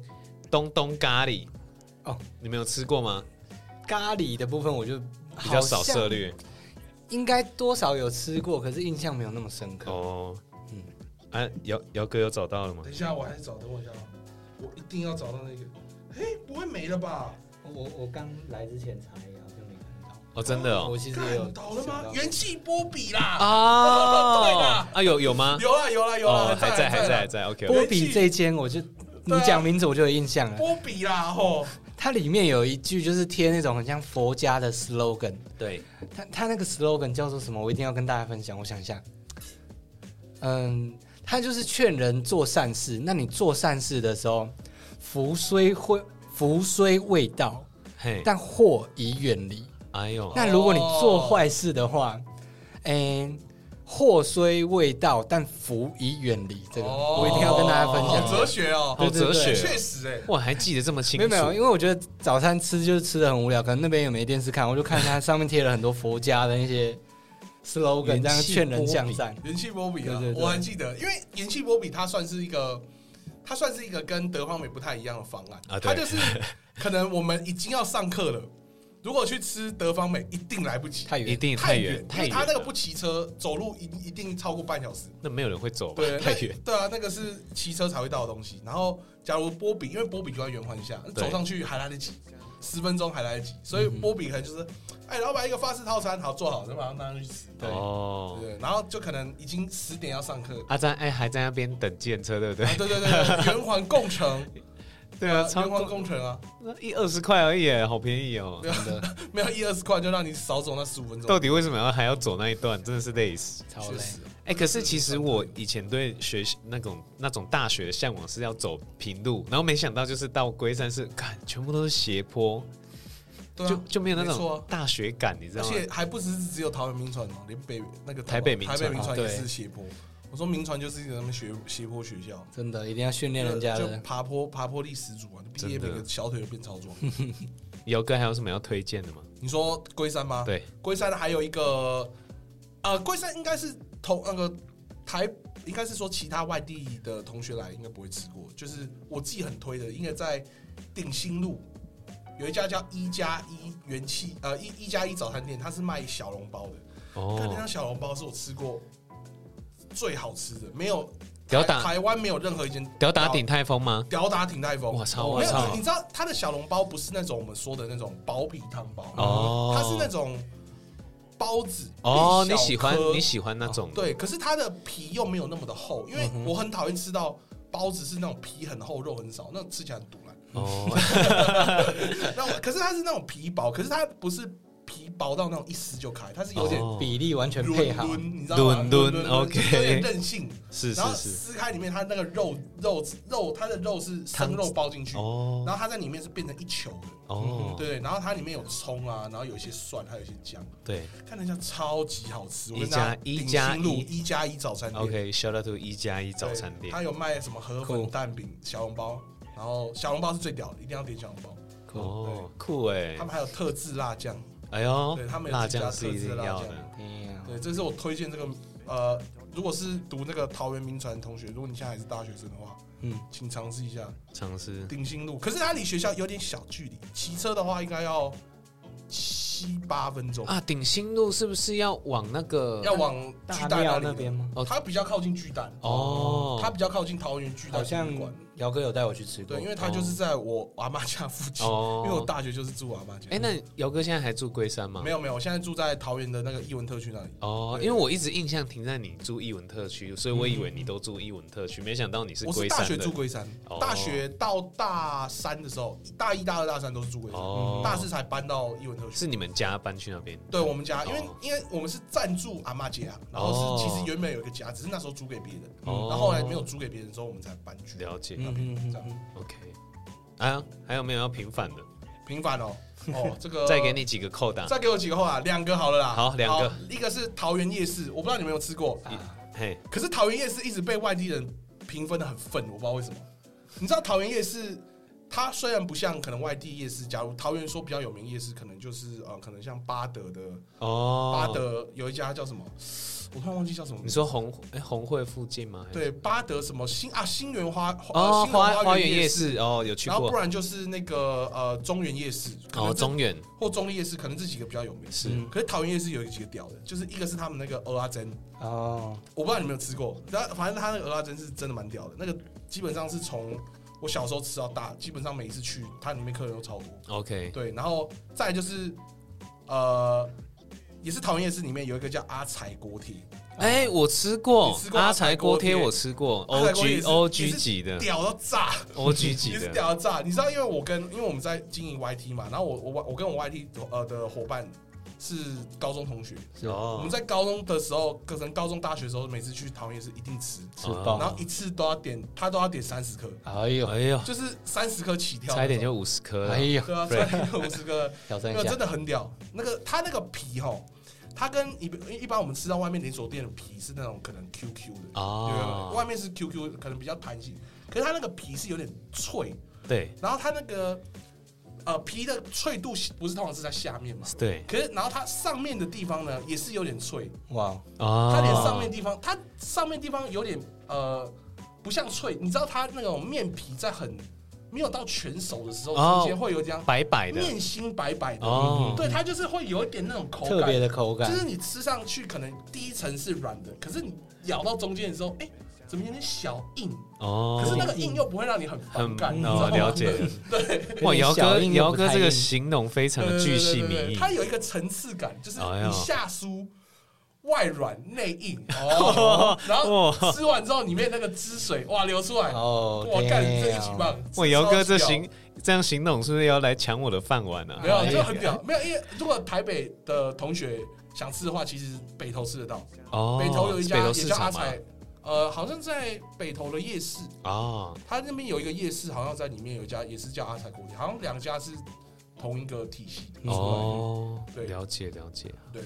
Speaker 1: 东东咖喱
Speaker 3: 哦，
Speaker 1: 你们有吃过吗？
Speaker 3: 咖喱的部分我就
Speaker 1: 比较少涉
Speaker 3: 涉猎。
Speaker 1: 猎
Speaker 3: 应该多少有吃过，可是印象没有那么深刻。
Speaker 1: 哦。嗯
Speaker 3: 嗯，
Speaker 1: 啊，姚姚哥有找到了吗
Speaker 2: 等？一下，我还是找，等我一下啊，我一定要找到那个。哎，不会没了吧？
Speaker 3: 我我刚来之前查也好像没看到。
Speaker 1: 哦，真的哦
Speaker 3: 我。其实也有
Speaker 2: 干倒了
Speaker 3: 想
Speaker 2: 吗
Speaker 3: 到？
Speaker 2: 元气波比啦！
Speaker 1: 啊
Speaker 2: 对
Speaker 1: 哦
Speaker 2: 啦，
Speaker 1: 啊，有有吗？
Speaker 2: 有啦有啦有啦
Speaker 1: 哦，，还在还在还
Speaker 2: 在
Speaker 1: 在，OK。
Speaker 3: 波比这一间，我就你
Speaker 2: 啊
Speaker 3: 讲名字我就有印象了。
Speaker 2: 波比啦吼！
Speaker 3: 它里面有一句就是贴那种很像佛家的 slogan，
Speaker 1: 对，
Speaker 3: 它它那个 slogan 叫做什么？我一定要跟大家分享。我想一下，嗯，它就是劝人做善事。那你做善事的时候，福虽会福虽未到，
Speaker 1: 嘿，
Speaker 3: 但祸已远离。
Speaker 1: 哎呦，
Speaker 3: 那如果你做坏事的话，诶、祸虽未到，但福已远离。这个、
Speaker 2: 哦
Speaker 3: 我一定要跟大家分享。
Speaker 2: 好哲学哦，
Speaker 1: 好哲
Speaker 3: 对
Speaker 1: 学
Speaker 2: 确实哎、
Speaker 1: 哇，还记得这么清
Speaker 3: 没
Speaker 1: 楚？
Speaker 3: 有没有，因为我觉得早餐吃就是吃的很无聊，可能那边也没电视看，我就看它上面贴了很多佛家的那些 slogan，
Speaker 1: 元气
Speaker 3: 这样劝人向善。
Speaker 2: 元气波比啊，
Speaker 3: 对对对
Speaker 2: 我还记得，因为元气波比它算是一个，它算是一个跟德方美不太一样的方案，
Speaker 1: 啊对
Speaker 2: 它就是 可能我们已经要上课了，如果去吃德方美一定来不及，
Speaker 3: 太
Speaker 1: 一
Speaker 3: 远，
Speaker 1: 定
Speaker 2: 太
Speaker 1: 太远
Speaker 2: 因
Speaker 1: 太
Speaker 2: 为
Speaker 1: 远
Speaker 2: 他
Speaker 1: 了，
Speaker 2: 那个不骑车，走路一一定超过半小时。
Speaker 1: 那没有人会走吧？
Speaker 2: 对，
Speaker 1: 哦太
Speaker 2: 那
Speaker 1: 远。
Speaker 2: 对啊，那个是骑车才会到的东西。然后，假如波比，因为波比就在圆环下，
Speaker 1: 对嗯
Speaker 2: 走上去还来得及，十分钟还来得及。所以波比可能就是，哎、老板一个法式套餐，好做好，然后马上拿上去吃。对、
Speaker 1: 哦，
Speaker 2: 对，然后就可能已经十点要上课。
Speaker 1: 阿詹哎还在那边等电车，对不
Speaker 2: 啊
Speaker 1: 对？
Speaker 2: 对对对对，圆环共乘，
Speaker 1: 对
Speaker 2: 呃
Speaker 1: 啊， 超
Speaker 2: 圆环
Speaker 1: 过
Speaker 2: 共乘啊，
Speaker 1: 那一二十块而已耶，好便宜哦。
Speaker 3: 真的
Speaker 2: 没有一二十块就让你少走那十五分
Speaker 1: 到
Speaker 2: 钟，
Speaker 1: 底为什么要还要走那一段？真的是累死。
Speaker 3: 超
Speaker 2: 确。
Speaker 3: 累
Speaker 2: 实
Speaker 1: 哎、可是其实我以前对学习那种那种大学的向往是要走平路，然后没想到就是到龟山是，看全部都是斜坡，
Speaker 2: 对啊
Speaker 1: 就就没有那
Speaker 2: 没错啊
Speaker 1: 种大学感，你知
Speaker 2: 而
Speaker 1: 道吗？
Speaker 2: 且还不只是只有桃园名传哦，连北那个
Speaker 1: 台北名
Speaker 2: 台
Speaker 1: 传
Speaker 2: 北名传也
Speaker 3: 啊对
Speaker 2: 是斜坡。我说名传就是一个他们斜斜坡学校，
Speaker 3: 真的一定要训练人家
Speaker 2: 就
Speaker 3: 的。
Speaker 2: 爬坡爬坡力十足啊！毕业每
Speaker 1: 真的
Speaker 2: 个小腿都变超壮。
Speaker 1: 姚哥还有什么要推荐的吗？
Speaker 2: 你说龟山吗？，
Speaker 1: 对，
Speaker 2: 龟山还有一个，呃，龟山应该是同那个台，应该是说其他外地的同学来应该不会吃过，就是我自己很推的，应该在鼎新路有一家叫一加一元气，呃一一加一早餐店，它是卖小笼包的。看那
Speaker 1: 哦
Speaker 2: 家，小笼包是我吃过最好吃的，没有
Speaker 1: 屌
Speaker 2: 台
Speaker 1: 打
Speaker 2: 台湾没有任何一间
Speaker 1: 屌打鼎泰丰吗？
Speaker 2: 屌打鼎泰丰。
Speaker 1: 我操，
Speaker 2: 没
Speaker 1: 我
Speaker 2: 有，
Speaker 1: 操
Speaker 2: 你！知道它的小笼包不是那种我们说的那种薄皮汤包，
Speaker 1: 哦
Speaker 2: 它是那种包子
Speaker 1: 哦，
Speaker 2: 变
Speaker 1: 你
Speaker 2: 小
Speaker 1: 喜欢
Speaker 2: 颗
Speaker 1: 你喜欢那嗯种的
Speaker 2: 对，可是它的皮又没有那么的厚，因为我很讨厌吃到包子是那种皮很厚肉很少，那种吃起来很毒烂。
Speaker 1: 哦，
Speaker 2: 那我可是它是那种皮薄，可是它不是皮薄到那种一撕就开，它是有点
Speaker 1: 哦
Speaker 3: 比例完全配
Speaker 2: 抡
Speaker 3: 好，
Speaker 2: 抡，你知道吗？
Speaker 1: 抡抡
Speaker 2: 就是有点
Speaker 1: OK
Speaker 2: 韧性。
Speaker 1: 是
Speaker 2: 然后
Speaker 1: 是是，
Speaker 2: 撕开里面，它那个肉肉肉，它的肉是
Speaker 1: 汤
Speaker 2: 生肉包进去，
Speaker 1: 哦
Speaker 2: 然后它在里面是变成一球的。
Speaker 1: 哦，
Speaker 2: 对，然后嗯它里面有葱啊，然后有一些蒜，还有一些姜，
Speaker 1: 对
Speaker 2: 看那家超级好吃。我
Speaker 1: 一
Speaker 2: 跟
Speaker 1: 加
Speaker 2: 大家
Speaker 1: 一
Speaker 2: 鼎
Speaker 1: 加
Speaker 2: 新路
Speaker 1: 一
Speaker 2: 一加一早餐店
Speaker 1: ，OK，shout out to 一加一
Speaker 2: 对
Speaker 1: 早餐店
Speaker 2: 它，有卖什么河粉、
Speaker 3: 酷
Speaker 2: 蛋饼、小笼包，然后小笼包是最屌的，一定要点小笼包。
Speaker 1: 哦，酷哎
Speaker 2: 他，们还有特制辣酱，
Speaker 1: 哎呦
Speaker 2: 对他们，有
Speaker 1: 辣
Speaker 2: 自家
Speaker 1: 酱是
Speaker 2: 特
Speaker 1: 一
Speaker 2: 制
Speaker 1: 定
Speaker 2: 辣
Speaker 1: 要
Speaker 2: 酱
Speaker 1: 的，
Speaker 3: Damn
Speaker 2: 对，这是我推荐这个呃，如果是读那个桃园名传的同学，如果你现在还是大学生的话，
Speaker 3: 嗯，
Speaker 2: 请尝试一下
Speaker 1: 尝试
Speaker 2: 鼎新路。可是它离学校有点小距离，骑车的话应该要七八分钟，
Speaker 1: 啊，鼎新路是不是要往那个
Speaker 2: 要往巨
Speaker 3: 大
Speaker 2: 蛋
Speaker 3: 庙
Speaker 2: 里
Speaker 3: 那边吗？
Speaker 1: 呃哦
Speaker 2: 它比较靠近巨蛋，
Speaker 1: 哦，
Speaker 2: 它比较靠近桃园巨蛋
Speaker 3: 好
Speaker 2: 纪念
Speaker 3: 像
Speaker 2: 馆。
Speaker 3: 姚哥有带我去吃过
Speaker 2: 对，因，为它就是在我阿妈家附近，
Speaker 1: 哦
Speaker 2: 因为我大学就是住我阿妈家。
Speaker 1: 哎，那姚哥现在还住龟山吗？
Speaker 2: 没有没有，我现在住在桃园的那个艺文特区那里。
Speaker 1: 哦，
Speaker 2: 对
Speaker 1: 因为我一直印象停在你住艺文特区，所以我以为你都住艺文特区，没想到你是
Speaker 2: 我是
Speaker 1: 龟
Speaker 2: 大
Speaker 1: 山
Speaker 2: 学
Speaker 1: 的。
Speaker 2: 住龟山
Speaker 1: 哦，
Speaker 2: 大学到大三的时候，大一、大二、大三都是住龟山，
Speaker 1: 哦
Speaker 2: 大四才搬到艺文特区。
Speaker 1: 是你们家搬去那边？
Speaker 2: 对我们家，因为
Speaker 1: 哦
Speaker 2: 因为我们是暂住阿妈家，然后是
Speaker 1: 哦
Speaker 2: 其实原本有一个家，只是那时候租给别人，
Speaker 1: 哦
Speaker 2: 然后后来没有租给别人之后，我们才搬去。
Speaker 1: 了解。
Speaker 3: 嗯嗯嗯
Speaker 2: 这
Speaker 3: 嗯
Speaker 2: 样
Speaker 3: 嗯，
Speaker 1: OK，啊，还有没有要平反的？
Speaker 2: 平 凡哦，哦，这个
Speaker 1: 再给你几个扣打。
Speaker 2: 呃再给我几个后啊，两个好了啦。
Speaker 1: 好两个
Speaker 2: 好，一个是桃园夜市，我不知道你们有没有吃过，
Speaker 1: 嘿，
Speaker 2: 可是桃园夜市一直被外地人评分的很愤，我不知道为什么。你知道桃园夜市，它虽然不像可能外地夜市，假如桃园说比较有名夜市，可能就是呃，可能像巴德的巴
Speaker 1: 哦，
Speaker 2: 德有一家叫什么，我突然忘记叫什么名
Speaker 1: 你
Speaker 2: 字。
Speaker 1: 说红哎红会附近吗？还是
Speaker 2: 对，巴德什么新啊新园花
Speaker 1: 哦，花
Speaker 2: 花
Speaker 1: 花园夜
Speaker 2: 夜，
Speaker 1: 市哦，有去
Speaker 2: 然后不
Speaker 1: 过
Speaker 2: 然就是那个呃中原夜市，可能
Speaker 1: 哦，
Speaker 2: 这
Speaker 1: 中原
Speaker 2: 或中立夜市，可能这几个比较有名。
Speaker 1: 是
Speaker 3: 嗯
Speaker 2: 可是桃园夜市有几个屌的，就是一个是他们那个鹅阿珍，
Speaker 3: 哦，
Speaker 2: 我不知道你有没有吃过，然后反正他那个鹅阿珍是真的蛮屌的，那个基本上是从我小时候吃到大，基本上每一次去，它里面客人都超多。
Speaker 1: OK
Speaker 2: 对，然后再来就是呃，也是桃园夜市里面有一个叫阿财锅贴，
Speaker 1: 哎，我吃过
Speaker 2: 你吃过
Speaker 1: 阿财锅贴，
Speaker 2: 阿财锅贴
Speaker 1: 我吃过
Speaker 2: 阿财锅贴
Speaker 1: OG
Speaker 2: 是
Speaker 1: OG 级的
Speaker 2: 屌到炸，
Speaker 1: OG 级
Speaker 2: 也是
Speaker 1: 的
Speaker 2: 屌到炸。你知道，因为我跟因为我们在经营 YT 嘛，然后我我我跟我 YT 的呃的伙伴是高中同学，我
Speaker 1: 哦
Speaker 2: 们，在高中的时候，可能高中、大学的时候，每次去桃园夜市一定吃，
Speaker 3: 吃
Speaker 1: 哦
Speaker 3: 爆
Speaker 2: 然后一次都要点，他都要点三十颗，
Speaker 3: 哎呦
Speaker 1: 哎呦，
Speaker 2: 就是三十颗起跳，
Speaker 1: 差一点就五十颗了
Speaker 3: 哎。呦，
Speaker 2: 啊对啊，差一点五十颗，
Speaker 3: 挑战
Speaker 2: 那
Speaker 3: 一
Speaker 2: 个
Speaker 3: 下
Speaker 2: 真，的很屌。那个他那个皮哈，它跟一一般我们吃到外面连锁店的皮是那种可能 QQ 的，
Speaker 1: 哦
Speaker 2: 对啊外面是 QQ，可能比较弹性，可是它那个皮是有点脆，
Speaker 1: 对
Speaker 2: 然后它那个呃皮的脆度不是通常是在下面嘛？
Speaker 1: 对
Speaker 2: 可是然后它上面的地方呢也是有点脆，
Speaker 3: 哇，
Speaker 1: 哦，
Speaker 2: 它连上面地方，它上面地方有点呃不像脆，你知道它那种面皮在很没有到全熟的时候
Speaker 1: 哦
Speaker 2: 中间会有这样
Speaker 1: 白白的
Speaker 2: 面心白白的，
Speaker 1: 哦，
Speaker 2: 对，它就是会有一点那种口
Speaker 3: 特
Speaker 2: 感
Speaker 3: 别，的口感
Speaker 2: 就，是你吃上去可能第一层是软的，可是你咬到中间的时候，哎、怎么有点小硬？
Speaker 1: 哦，
Speaker 2: 可是那个硬又不会让你很反
Speaker 1: 很
Speaker 2: 感，你知道
Speaker 1: 哦
Speaker 2: 吗，
Speaker 1: 了解了。
Speaker 2: 对，
Speaker 1: 哇，
Speaker 3: 有点
Speaker 1: 姚
Speaker 3: 小
Speaker 1: 哥，
Speaker 3: 硬又
Speaker 1: 姚
Speaker 3: 不
Speaker 1: 哥
Speaker 3: 太
Speaker 1: 这个
Speaker 3: 硬
Speaker 1: 形容非常的
Speaker 2: 对
Speaker 1: 巨
Speaker 2: 对
Speaker 1: 细
Speaker 2: 对对
Speaker 1: 靡
Speaker 2: 它
Speaker 1: 遗，
Speaker 2: 有一个层次感，就是
Speaker 1: 哎呦
Speaker 2: 你下酥。外软内 硬，哦，然后吃完之后里面那个汁水哇流出来，
Speaker 3: 哦，
Speaker 2: 我干
Speaker 3: 天
Speaker 2: 这一
Speaker 3: 啊
Speaker 2: 起棒！
Speaker 1: 哇，哦姚哥这
Speaker 2: 行
Speaker 1: 形这样形容是不是要来抢我的饭碗啊
Speaker 2: 没？有就很屌，没有因为如果台北的同学想吃的话，其实北投吃得到，
Speaker 1: 哦，
Speaker 2: 北投有一家
Speaker 1: 北投
Speaker 2: 也
Speaker 1: 市
Speaker 2: 叫阿
Speaker 1: 场嘛，
Speaker 2: 彩，呃，好像在北投的夜市，
Speaker 1: 哦，
Speaker 2: 它那边有一个夜市，好像在里面有一家也是叫阿彩锅贴，好像两家是同一个体系
Speaker 3: 嗯
Speaker 2: 的，
Speaker 1: 哦，
Speaker 2: 对
Speaker 1: 了解了解，
Speaker 2: 对，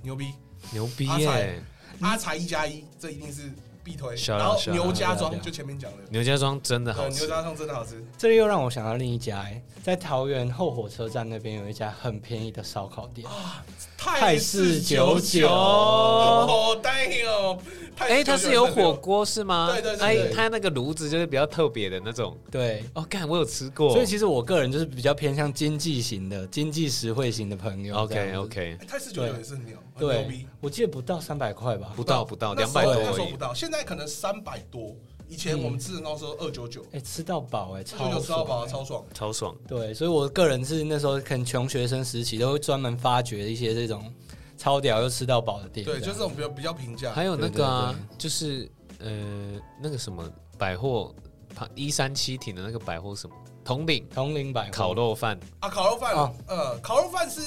Speaker 2: 牛逼。
Speaker 1: 牛逼
Speaker 2: 阿
Speaker 1: 耶
Speaker 2: 才！阿才一加一，这一定是必推。
Speaker 1: Shout out,
Speaker 2: 然后
Speaker 1: shout out
Speaker 2: 牛家庄
Speaker 3: shout out
Speaker 2: 就前面讲的，
Speaker 1: 牛家庄啊真的好
Speaker 2: 对，牛
Speaker 1: 吃
Speaker 2: 家庄真的好吃。
Speaker 3: 这又让我想到另一家、欸，在桃园后火车站那边有一家很便宜的烧烤店，
Speaker 2: 啊
Speaker 3: 泰式九九
Speaker 2: 哦，damn，泰式
Speaker 1: 哎，它是有火
Speaker 2: 锅，
Speaker 1: 锅是吗？
Speaker 2: 对对对
Speaker 1: 哎，
Speaker 2: 对
Speaker 1: 它那个炉子就是比较特别的那种。
Speaker 3: 对。
Speaker 1: 哦，干，我有吃过。
Speaker 3: 所以其实我个人就是比较偏向经济型的、经济实惠型的朋友。这样
Speaker 1: OK
Speaker 3: 子
Speaker 1: OK，
Speaker 2: 哎泰式九九也是很牛，很牛
Speaker 3: 对
Speaker 2: 逼。，
Speaker 3: 我记得不到三百块吧
Speaker 1: 不。到不到
Speaker 2: 那
Speaker 1: 两
Speaker 2: 时
Speaker 1: 百
Speaker 2: 候
Speaker 1: 多
Speaker 2: 那时
Speaker 1: 而
Speaker 2: 候不
Speaker 1: 已。
Speaker 2: 到，现在可能三百多。以前我们吃的那时候二九九，
Speaker 3: 哎、吃到饱哎、
Speaker 2: 二九
Speaker 3: 超
Speaker 2: 九吃到饱
Speaker 3: 爽哎
Speaker 2: 啊超爽。
Speaker 1: 超爽，
Speaker 3: 对，所以我个人是那时候可能穷学生时期都会专门发掘一些这种超屌又吃到饱的店。
Speaker 2: 对，
Speaker 3: 这
Speaker 2: 就
Speaker 3: 样
Speaker 2: 是我们比较比较平价。
Speaker 1: 哎还有那个啊
Speaker 3: 对对，
Speaker 1: 就是呃那个什么百货旁一三七亭的那个百货什么统领
Speaker 3: 铜陵百货
Speaker 1: 烤肉饭，
Speaker 2: 啊，烤肉饭
Speaker 3: 哦，
Speaker 2: 呃，烤肉饭是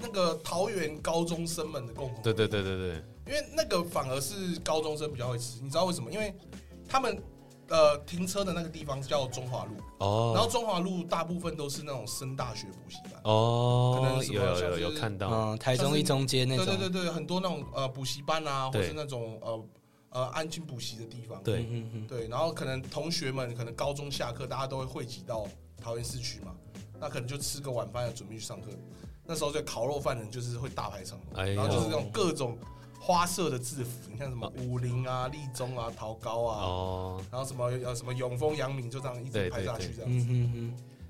Speaker 2: 那个桃园高中生们的共同
Speaker 1: 对对对对对，
Speaker 2: 因为那个反而是高中生比较会吃，你知道为什么？因为他们呃停车的那个地方叫中华路，然后
Speaker 1: 哦
Speaker 2: 中华路大部分都是那种升大学补习班，可能
Speaker 1: 哦，
Speaker 2: 什么啊
Speaker 1: 有有有
Speaker 2: 像是
Speaker 1: 有看到，
Speaker 3: 嗯，台中一中街那
Speaker 2: 对
Speaker 3: 种，
Speaker 2: 对对对，很多那种呃补习班啊，或
Speaker 1: 对
Speaker 2: 是那种呃呃安静补习的地方，
Speaker 1: 对
Speaker 3: 嗯嗯嗯，
Speaker 2: 对然后可能同学们可能高中下课，大家都会汇集到桃园市区嘛，那可能就吃个晚饭，准备去上课。那时候就烤肉饭人就是会大排长龙，
Speaker 1: 哎呦
Speaker 2: 然后就是那种各种花色的制服，你看什么武林啊、立中啊、桃高啊，
Speaker 1: 哦，
Speaker 2: 然后什么呃什么永丰、阳明，就这样一直
Speaker 1: 对
Speaker 2: 拍
Speaker 1: 对
Speaker 2: 下去
Speaker 1: 对
Speaker 2: 这样子。
Speaker 3: 嗯嗯嗯，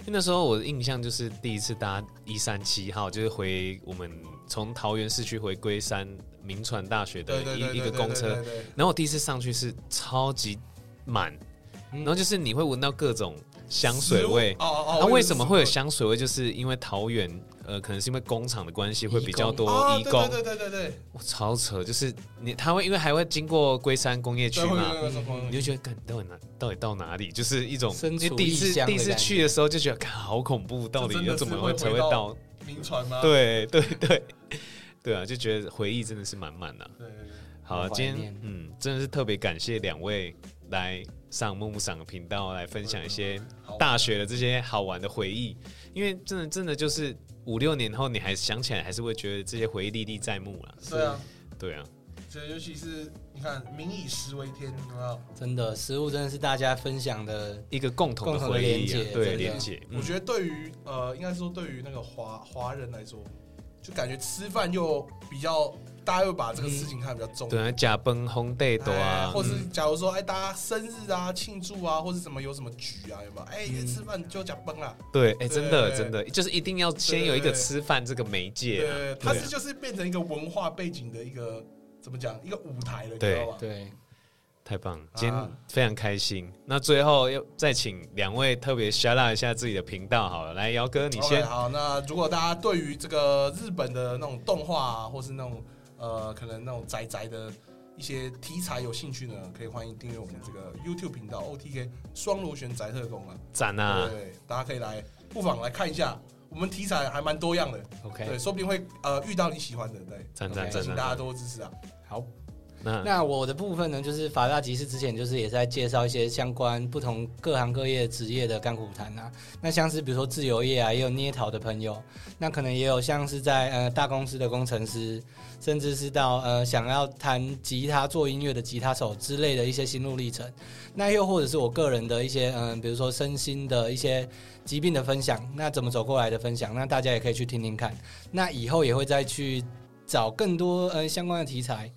Speaker 1: 因为那时候我的印象就是第一次搭一三七号，就是回我们从桃园市区回龟山民传大学的
Speaker 2: 对对对
Speaker 1: 一一个
Speaker 2: 对对
Speaker 1: 公
Speaker 2: 对
Speaker 1: 车
Speaker 2: 对，对，
Speaker 1: 然后我第一次上去是超级满，
Speaker 3: 嗯
Speaker 1: 然后就是你会闻到各种香水味
Speaker 2: 食物。哦哦，
Speaker 1: 它、为什么会有
Speaker 2: 香
Speaker 1: 香水味？就是因为桃园，呃，可能是因为工厂的关系，会比较多
Speaker 2: 哦
Speaker 1: 移
Speaker 2: 对
Speaker 1: 工。
Speaker 2: 对对对对对，
Speaker 1: 我超扯，就是你它会因为还会经过龟山工业区
Speaker 2: 对会
Speaker 1: 嘛
Speaker 2: 会，会什么
Speaker 1: 你就觉得，干到底哪到底到哪里？就是一种，
Speaker 3: 身处
Speaker 1: 就第一
Speaker 3: 异
Speaker 1: 次
Speaker 3: 乡的
Speaker 1: 第一次
Speaker 3: 感觉
Speaker 1: 去的时候就觉得，干好恐怖，到底
Speaker 2: 真的
Speaker 1: 要怎么
Speaker 2: 是
Speaker 1: 会
Speaker 2: 会
Speaker 1: 才
Speaker 2: 回
Speaker 1: 会
Speaker 2: 到
Speaker 1: 到？
Speaker 2: 名传吗？
Speaker 1: 对对对 对啊，就觉得回忆真的是满满的。
Speaker 2: 对对对
Speaker 1: 好啊，
Speaker 3: 很怀
Speaker 1: 今天
Speaker 3: 念
Speaker 1: 嗯，真的是特别感谢两位来上木木赏的频道来分享一些
Speaker 2: 好
Speaker 1: 大学的这些好玩的回忆，因为真的真的就是五六年后你还想起来，还是会觉得这些回忆历历在目啦。
Speaker 2: 对啊，
Speaker 1: 对啊，
Speaker 2: 这尤其是你看“民以食为天”，有没有？
Speaker 3: 真的食物真的是大家分享的，
Speaker 1: 一个共同
Speaker 3: 共
Speaker 1: 的
Speaker 3: 同的
Speaker 1: 回忆、
Speaker 3: 连
Speaker 1: 啊
Speaker 3: 结，真
Speaker 1: 对
Speaker 3: 的
Speaker 1: 连结，
Speaker 2: 我
Speaker 1: 嗯，
Speaker 2: 觉得对于呃，应该说对于那个华华人来说，就感觉吃饭又比较，大家又把这个事情看得比较重。
Speaker 1: 嗯对啊，假崩烘焙豆
Speaker 2: 哎
Speaker 1: 啊，
Speaker 2: 或是
Speaker 1: 嗯
Speaker 2: 假如说，哎，大家生日啊、庆祝啊，或是什么有什么局啊，有没有？哎，
Speaker 1: 嗯
Speaker 2: 吃饭就讲崩啦。
Speaker 1: 对，哎，真的
Speaker 2: 对
Speaker 1: 真的，就是一定要先有一个吃饭这个媒介啊
Speaker 2: 对，，它
Speaker 1: 对啊
Speaker 2: 是就是变成一个文化背景的一个怎么讲，一个舞台了，你知
Speaker 1: 对
Speaker 2: 道吧？
Speaker 3: 对，
Speaker 1: 太棒了，今天非常开心。那最后要再请两位特别 shout out 一下自己的频道好了，来，姚哥你
Speaker 2: OK，
Speaker 1: 先。
Speaker 2: 好，那如果大家对于这个日本的那种动画啊，或是那种呃，可能那种宅宅的一些题材有兴趣呢，可以欢迎订阅我们这个 YouTube 频道 OTK 双螺旋宅特工啊，
Speaker 1: 赞啊！
Speaker 2: 对，大家可以来不妨来看一下，我们题材还蛮多样的
Speaker 3: OK
Speaker 2: 对，说不定会呃遇到你喜欢的，对，
Speaker 1: 赞
Speaker 3: 赞
Speaker 1: 赞
Speaker 3: OK
Speaker 2: 请
Speaker 1: 赞
Speaker 2: 大家
Speaker 1: 赞！
Speaker 2: 多多支持啊。
Speaker 3: 好，
Speaker 1: 那
Speaker 3: 那我的部分呢，就是法大集市之前就是也在介绍一些相关不同各行各业职业的干苦谈啊。那像是比如说自由业啊，也有捏陶的朋友，那可能也有像是在呃大公司的工程师，甚至是到呃想要弹吉他做音乐的吉他手之类的一些心路历程。那又或者是我个人的一些嗯、呃比如说身心的一些呃疾病的分享，那怎么走过来的分享，那大家也可以去听听看。那以后也会再去找更多呃相关的题材。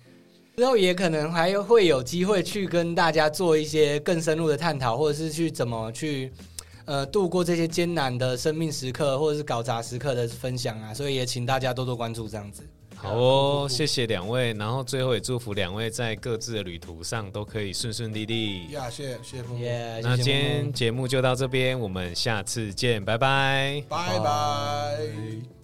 Speaker 3: 之后也可能还会有机会去跟大家做一些更深入的探讨，或者是去怎么去呃度过这些艰难的生命时刻，或者是搞砸时刻的分享啊，所以也请大家多多关注这样子。
Speaker 1: 好哦，谢谢两位，然后最后也祝福两位在各自的旅途上都可以顺顺利利。
Speaker 2: 呀，谢谢谢谢峰哥，
Speaker 3: 耶、
Speaker 1: 嗯那
Speaker 3: 谢
Speaker 1: 今
Speaker 3: 谢木木
Speaker 1: 天节目就到这边，我们下次见，拜拜。
Speaker 2: 拜拜。